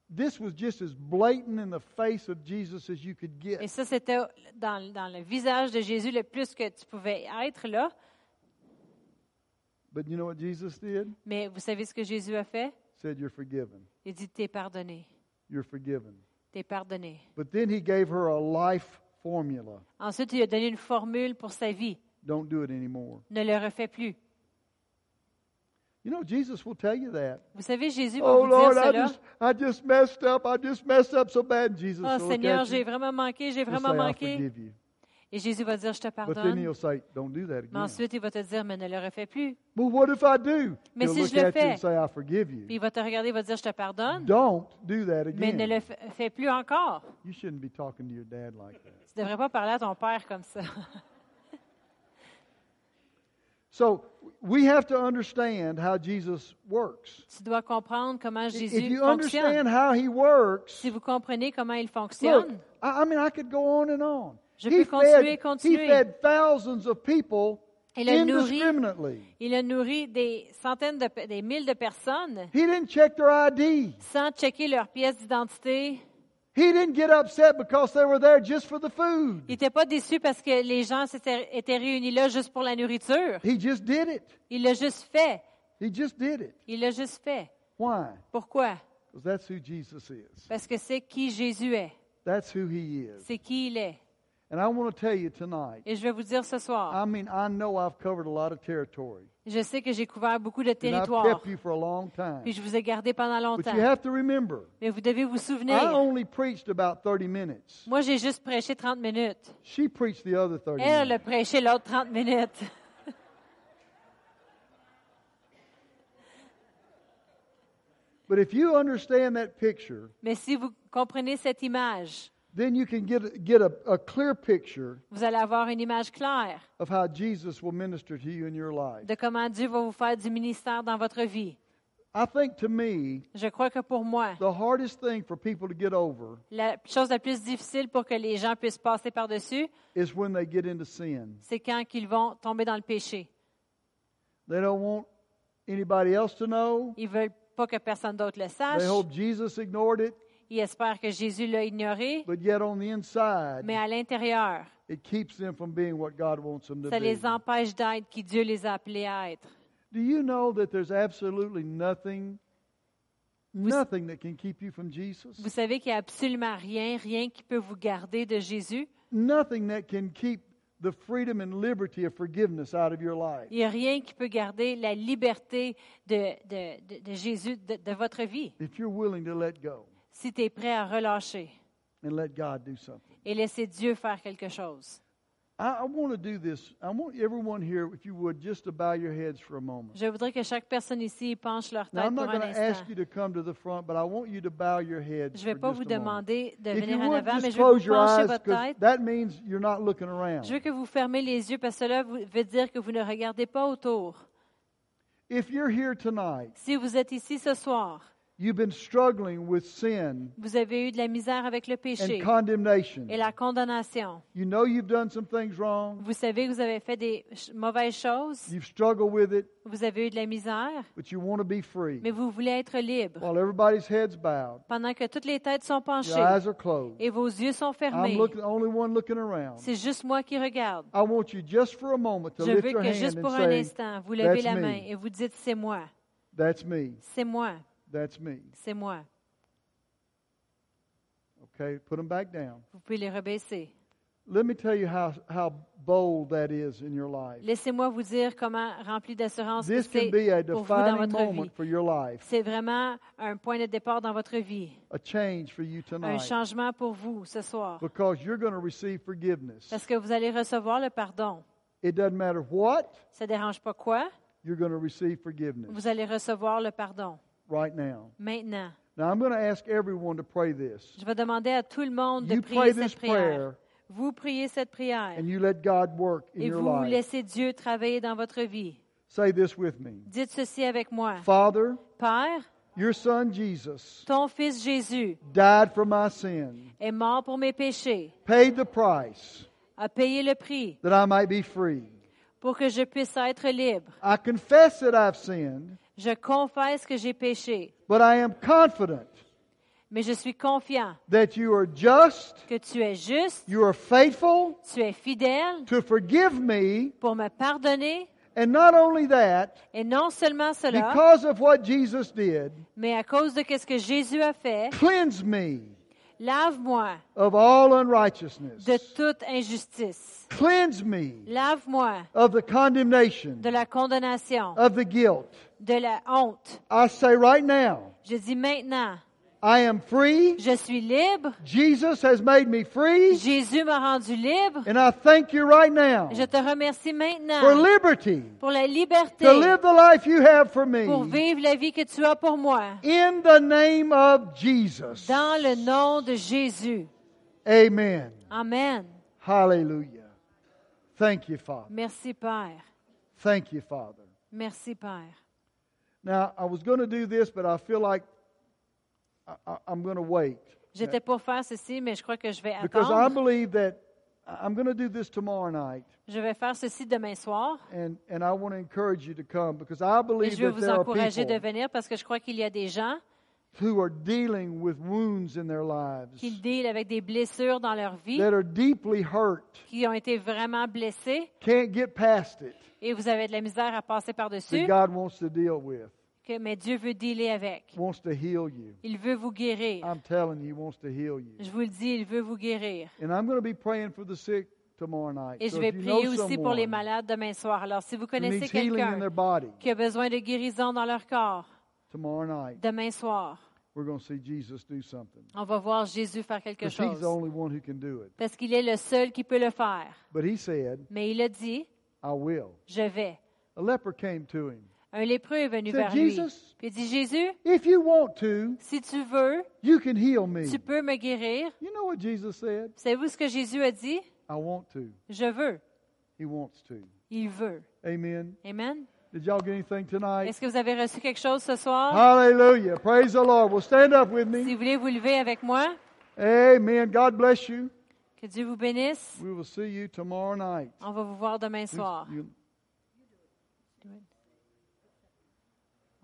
Speaker 1: this was just as blatant in the face of Jesus as you could get.
Speaker 2: Et ça, c'était dans, dans le visage de Jésus le plus que tu pouvais être là.
Speaker 1: But you know what Jesus did?
Speaker 2: Mais vous savez ce que Jésus a fait?
Speaker 1: Said, You're forgiven.
Speaker 2: Il dit, t'es pardonné,
Speaker 1: You're forgiven.
Speaker 2: t'es pardonné.
Speaker 1: But then he gave her a life formula.
Speaker 2: Ensuite, il a donné une formule pour sa vie.
Speaker 1: Don't do it anymore.
Speaker 2: Ne le refais plus.
Speaker 1: You know, Jesus will tell you that.
Speaker 2: Vous savez, Jésus va
Speaker 1: Oh
Speaker 2: vous dire
Speaker 1: Lord, I
Speaker 2: cela.
Speaker 1: just, I just messed up. I just messed up so bad. And Jesus
Speaker 2: Oh
Speaker 1: will
Speaker 2: Seigneur,
Speaker 1: look at you
Speaker 2: j'ai vraiment manqué, j'ai
Speaker 1: and
Speaker 2: vraiment
Speaker 1: say, I
Speaker 2: manqué.
Speaker 1: forgive you.
Speaker 2: Et Jésus va dire, je te
Speaker 1: But then
Speaker 2: pardonne.
Speaker 1: he'll say, don't do that again.
Speaker 2: Mais ensuite, il va te dire, mais ne le refais plus.
Speaker 1: Well, what if I do?
Speaker 2: Mais
Speaker 1: he'll
Speaker 2: si
Speaker 1: look
Speaker 2: je le
Speaker 1: at you and
Speaker 2: fais?
Speaker 1: say, I forgive you.
Speaker 2: Puis il va te regarder, il va te dire, je te pardonne,
Speaker 1: Don't do that
Speaker 2: mais
Speaker 1: again.
Speaker 2: ne le f- fais plus encore.
Speaker 1: You shouldn't be talking to your dad like that.
Speaker 2: Tu ne devrais pas parler à ton père comme ça. *laughs*
Speaker 1: So we have to understand how Jesus works.
Speaker 2: Tu dois comprendre comment
Speaker 1: if
Speaker 2: Jésus
Speaker 1: you
Speaker 2: fonctionne.
Speaker 1: understand how he works,
Speaker 2: Si vous comprenez comment il
Speaker 1: look,
Speaker 2: fonctionne,
Speaker 1: I, I mean, I could go on and on.
Speaker 2: Je
Speaker 1: he,
Speaker 2: peux continuer,
Speaker 1: fed, he
Speaker 2: continuer.
Speaker 1: fed thousands of people
Speaker 2: Il a nourri-
Speaker 1: indiscriminately.
Speaker 2: il a nourri des centaines de, pe- des mille de personnes
Speaker 1: He didn't check their ID.
Speaker 2: sans checker leur pièce d'identité.
Speaker 1: He didn't get upset because they were there just for the food.
Speaker 2: Il n'était pas déçu parce que les gens s'étaient- étaient réunis là juste pour la nourriture.
Speaker 1: He just did it.
Speaker 2: Il l'a juste fait.
Speaker 1: He just did it.
Speaker 2: Il l'a juste fait.
Speaker 1: Why?
Speaker 2: Pourquoi?
Speaker 1: Because that's who Jesus is.
Speaker 2: Parce que c'est qui Jésus est.
Speaker 1: That's who he is.
Speaker 2: C'est qui il est.
Speaker 1: And I want to tell you tonight.
Speaker 2: Et je vais vous dire ce soir,
Speaker 1: I mean, I know I've covered a lot of territory.
Speaker 2: je sais que j'ai couvert beaucoup de
Speaker 1: And I've
Speaker 2: territoires,
Speaker 1: kept you for a long time.
Speaker 2: puis je vous ai gardé pendant
Speaker 1: But
Speaker 2: longtemps.
Speaker 1: you have Hein? to remember,
Speaker 2: Mais vous devez vous
Speaker 1: I
Speaker 2: souvenir,
Speaker 1: only preached about 30 minutes.
Speaker 2: moi j'ai juste prêché 30 minutes.
Speaker 1: She preached the other 30
Speaker 2: Elle a
Speaker 1: minutes.
Speaker 2: prêché l'autre 30 minutes. *laughs*
Speaker 1: But if you understand that picture,
Speaker 2: Mais si vous comprenez cette image,
Speaker 1: then you can get, get a, a clear picture
Speaker 2: vous allez avoir une image claire
Speaker 1: of how Jesus will minister to you in your life.
Speaker 2: de comment Dieu va vous faire du ministère dans votre vie.
Speaker 1: I think to me,
Speaker 2: Je crois que pour moi,
Speaker 1: the hardest thing for people to get over
Speaker 2: la chose la plus difficile pour que les gens puissent passer par-dessus,
Speaker 1: is when they get into sin.
Speaker 2: c'est quand ils vont tomber dans le péché.
Speaker 1: They don't want anybody else to know.
Speaker 2: Ils veulent pas que personne d'autre le sache.
Speaker 1: They hope Jesus ignored it,
Speaker 2: Ils espèrent que Jésus l'a ignoré,
Speaker 1: but yet on the inside,
Speaker 2: mais à l'intérieur,
Speaker 1: it keeps them from being what God wants them to
Speaker 2: ça les
Speaker 1: be.
Speaker 2: empêche d'être qui Dieu les a appelés à être.
Speaker 1: Do you know that there's absolutely nothing, nothing that can keep you from Jesus?
Speaker 2: Vous savez qu'il n'y a absolument rien, rien qui peut vous garder de Jésus.
Speaker 1: Nothing that can keep the freedom and liberty of forgiveness out of your life.
Speaker 2: Il n'y a rien qui peut garder la liberté de, de- de- de Jésus de, de votre vie
Speaker 1: If you're willing to let go
Speaker 2: si tu es prêt à relâcher
Speaker 1: and let God do something.
Speaker 2: et laisser Dieu faire quelque chose.
Speaker 1: I, I want to do this. I want everyone here, if you would, just to bow your heads for a moment.
Speaker 2: Je voudrais que chaque personne ici penche leur
Speaker 1: Now,
Speaker 2: tête
Speaker 1: I'm
Speaker 2: pour
Speaker 1: not
Speaker 2: un
Speaker 1: going to ask
Speaker 2: instant.
Speaker 1: you to come to the front, but I want you to bow your heads
Speaker 2: Je ne vais
Speaker 1: for
Speaker 2: pas
Speaker 1: just
Speaker 2: vous
Speaker 1: a moment.
Speaker 2: demander de
Speaker 1: If you
Speaker 2: venir en
Speaker 1: would,
Speaker 2: avant, mais
Speaker 1: just
Speaker 2: je veux
Speaker 1: close
Speaker 2: que
Speaker 1: your
Speaker 2: vous penchez
Speaker 1: eyes,
Speaker 2: votre
Speaker 1: 'cause
Speaker 2: tête.
Speaker 1: that means you're not looking around.
Speaker 2: Je veux que vous fermez les yeux parce que cela vous- veut dire que vous ne regardez pas autour.
Speaker 1: If you're here tonight,
Speaker 2: Si vous êtes ici ce soir,
Speaker 1: you've been struggling with sin
Speaker 2: vous avez eu de la misère avec le péché
Speaker 1: and condemnation.
Speaker 2: et la condamnation.
Speaker 1: You know you've done some things wrong.
Speaker 2: Vous savez que vous avez fait des ch- mauvaises choses,
Speaker 1: You've struggled with it,
Speaker 2: vous avez eu de la misère,
Speaker 1: but you want to be free.
Speaker 2: mais vous voulez être libre.
Speaker 1: While everybody's heads bowed,
Speaker 2: Pendant que toutes les têtes sont
Speaker 1: your
Speaker 2: penchées
Speaker 1: eyes are closed.
Speaker 2: et vos yeux sont
Speaker 1: I'm
Speaker 2: fermés,
Speaker 1: looking, the only one looking around.
Speaker 2: c'est juste moi qui regarde.
Speaker 1: I want you just for a moment to
Speaker 2: Je
Speaker 1: lift
Speaker 2: veux
Speaker 1: your
Speaker 2: que
Speaker 1: hand
Speaker 2: juste pour un
Speaker 1: and say,
Speaker 2: instant, vous
Speaker 1: "That's
Speaker 2: levez la
Speaker 1: me.
Speaker 2: main et vous dites c'est moi,
Speaker 1: That's me.
Speaker 2: c'est moi,
Speaker 1: That's me."
Speaker 2: c'est moi.
Speaker 1: Okay, put them back down.
Speaker 2: Vous pouvez les rebaisser.
Speaker 1: Let me tell you how how bold that is in your life.
Speaker 2: Laissez-moi vous dire comment rempli d'assurance que
Speaker 1: This can
Speaker 2: c'est
Speaker 1: be a
Speaker 2: pour vous dans
Speaker 1: defining
Speaker 2: votre vie.
Speaker 1: moment for your life,
Speaker 2: C'est vraiment un point de départ dans votre vie,
Speaker 1: a change for you
Speaker 2: un
Speaker 1: tonight,
Speaker 2: changement pour vous ce soir,
Speaker 1: because you're going to receive forgiveness.
Speaker 2: parce que vous allez recevoir le pardon.
Speaker 1: It doesn't matter what
Speaker 2: Ça dérange pas quoi?
Speaker 1: you're going to receive forgiveness
Speaker 2: Vous allez recevoir le pardon
Speaker 1: right now.
Speaker 2: maintenant.
Speaker 1: Now I'm going to ask everyone to pray this.
Speaker 2: Je vais demander à tout le monde de
Speaker 1: You pray
Speaker 2: prier
Speaker 1: this
Speaker 2: cette
Speaker 1: prayer
Speaker 2: prière. Vous priez cette prière
Speaker 1: and you let God work in
Speaker 2: et
Speaker 1: your
Speaker 2: vous
Speaker 1: life.
Speaker 2: laissez Dieu travailler dans votre vie.
Speaker 1: Say this with me.
Speaker 2: Dites ceci avec moi.
Speaker 1: Father,
Speaker 2: Père,
Speaker 1: your son Jesus
Speaker 2: ton fils Jésus
Speaker 1: died for my sin,
Speaker 2: est mort pour mes péchés,
Speaker 1: paid the price
Speaker 2: a payé le prix
Speaker 1: that I might be free.
Speaker 2: pour que je puisse être libre.
Speaker 1: I confess that I've sinned,
Speaker 2: Je confesse que j'ai péché,
Speaker 1: but I am confident
Speaker 2: mais je suis confiant
Speaker 1: that you are just,
Speaker 2: que tu es juste,
Speaker 1: you are faithful
Speaker 2: tu es fidèle
Speaker 1: to forgive me,
Speaker 2: pour me pardonner.
Speaker 1: and not only that,
Speaker 2: Et non seulement cela,
Speaker 1: because of what Jesus did,
Speaker 2: mais à cause de ce que Jésus a fait,
Speaker 1: cleanse me
Speaker 2: Lave-moi
Speaker 1: of all unrighteousness.
Speaker 2: de toute injustice.
Speaker 1: Cleanse me
Speaker 2: Lave-moi
Speaker 1: of the condemnation,
Speaker 2: de la condamnation,
Speaker 1: of the guilt.
Speaker 2: de la honte.
Speaker 1: I say right now,
Speaker 2: Je dis maintenant,
Speaker 1: I am free.
Speaker 2: je suis libre.
Speaker 1: Jesus has made me free.
Speaker 2: Jésus m'a rendu libre.
Speaker 1: And I thank you right now
Speaker 2: Je te remercie
Speaker 1: for
Speaker 2: maintenant
Speaker 1: liberty
Speaker 2: pour la liberté,
Speaker 1: to live the life you have for
Speaker 2: pour
Speaker 1: me
Speaker 2: vivre la vie que tu as pour moi.
Speaker 1: in the name of Jesus.
Speaker 2: Dans le nom de Jésus.
Speaker 1: Amen.
Speaker 2: Amen.
Speaker 1: Hallelujah. Thank you, Father.
Speaker 2: Merci Père.
Speaker 1: Thank you, Father.
Speaker 2: Merci Père.
Speaker 1: Now, I was going to do this, but I feel like I, I, I'm going to wait
Speaker 2: J'étais pour faire ceci, mais je crois que je vais
Speaker 1: because I
Speaker 2: attendre.
Speaker 1: believe that I- I'm going to do this tomorrow night.
Speaker 2: Je vais faire ceci demain soir.
Speaker 1: And, and I want to encourage you to come because I
Speaker 2: Et
Speaker 1: believe
Speaker 2: je veux
Speaker 1: that
Speaker 2: vous
Speaker 1: there are
Speaker 2: encourager de
Speaker 1: people
Speaker 2: venir parce que je crois qu'il y a des gens
Speaker 1: who are dealing with wounds in their lives
Speaker 2: qui dealent avec des blessures dans leur vie,
Speaker 1: that are deeply hurt,
Speaker 2: qui ont été vraiment blessés
Speaker 1: can't get past it,
Speaker 2: et vous avez de la misère à
Speaker 1: that
Speaker 2: passer par-dessus,
Speaker 1: God wants to deal with,
Speaker 2: que, mais Dieu veut dealer avec.
Speaker 1: wants to heal you.
Speaker 2: Il veut vous guérir.
Speaker 1: I'm telling you, He wants to heal you.
Speaker 2: Je vous le dis, il veut vous guérir.
Speaker 1: And I'm going to be praying for the sick tomorrow night.
Speaker 2: Et
Speaker 1: So if
Speaker 2: je vais
Speaker 1: you
Speaker 2: prier
Speaker 1: know
Speaker 2: aussi pour les
Speaker 1: someone
Speaker 2: malades demain soir. Alors, si vous
Speaker 1: who
Speaker 2: connaissez
Speaker 1: needs healing in
Speaker 2: quelqu'un
Speaker 1: their body
Speaker 2: qui a besoin de guérison dans leur corps,
Speaker 1: tomorrow night,
Speaker 2: demain soir,
Speaker 1: we're going to see Jesus do something.
Speaker 2: on va voir Jésus faire quelque
Speaker 1: Because He's the
Speaker 2: chose.
Speaker 1: only one who can do it.
Speaker 2: Parce qu'il est le seul qui peut le faire.
Speaker 1: But He said,
Speaker 2: Mais il a dit,
Speaker 1: I will.
Speaker 2: je vais.
Speaker 1: A leper came to Him.
Speaker 2: Un lépreux est venu
Speaker 1: Said
Speaker 2: vers lui.
Speaker 1: Jesus-
Speaker 2: Puis il dit, Jésus,
Speaker 1: If you want to,
Speaker 2: si tu veux,
Speaker 1: you can heal me.
Speaker 2: tu peux me guérir.
Speaker 1: You know what Jesus said?
Speaker 2: Savez-vous ce que Jésus a dit?
Speaker 1: I want to.
Speaker 2: Je veux.
Speaker 1: He wants to.
Speaker 2: Il veut.
Speaker 1: Amen.
Speaker 2: Amen.
Speaker 1: Did y'all get anything tonight?
Speaker 2: Est-ce que vous avez reçu quelque chose ce soir?
Speaker 1: Ah Hallelujah. Praise the Lord. Well, stand up with
Speaker 2: Si
Speaker 1: me.
Speaker 2: vous voulez vous lever avec moi,
Speaker 1: Amen. God bless you.
Speaker 2: que Dieu vous bénisse.
Speaker 1: We will see you tomorrow night.
Speaker 2: On va vous voir demain soir.
Speaker 1: You-
Speaker 2: Do it.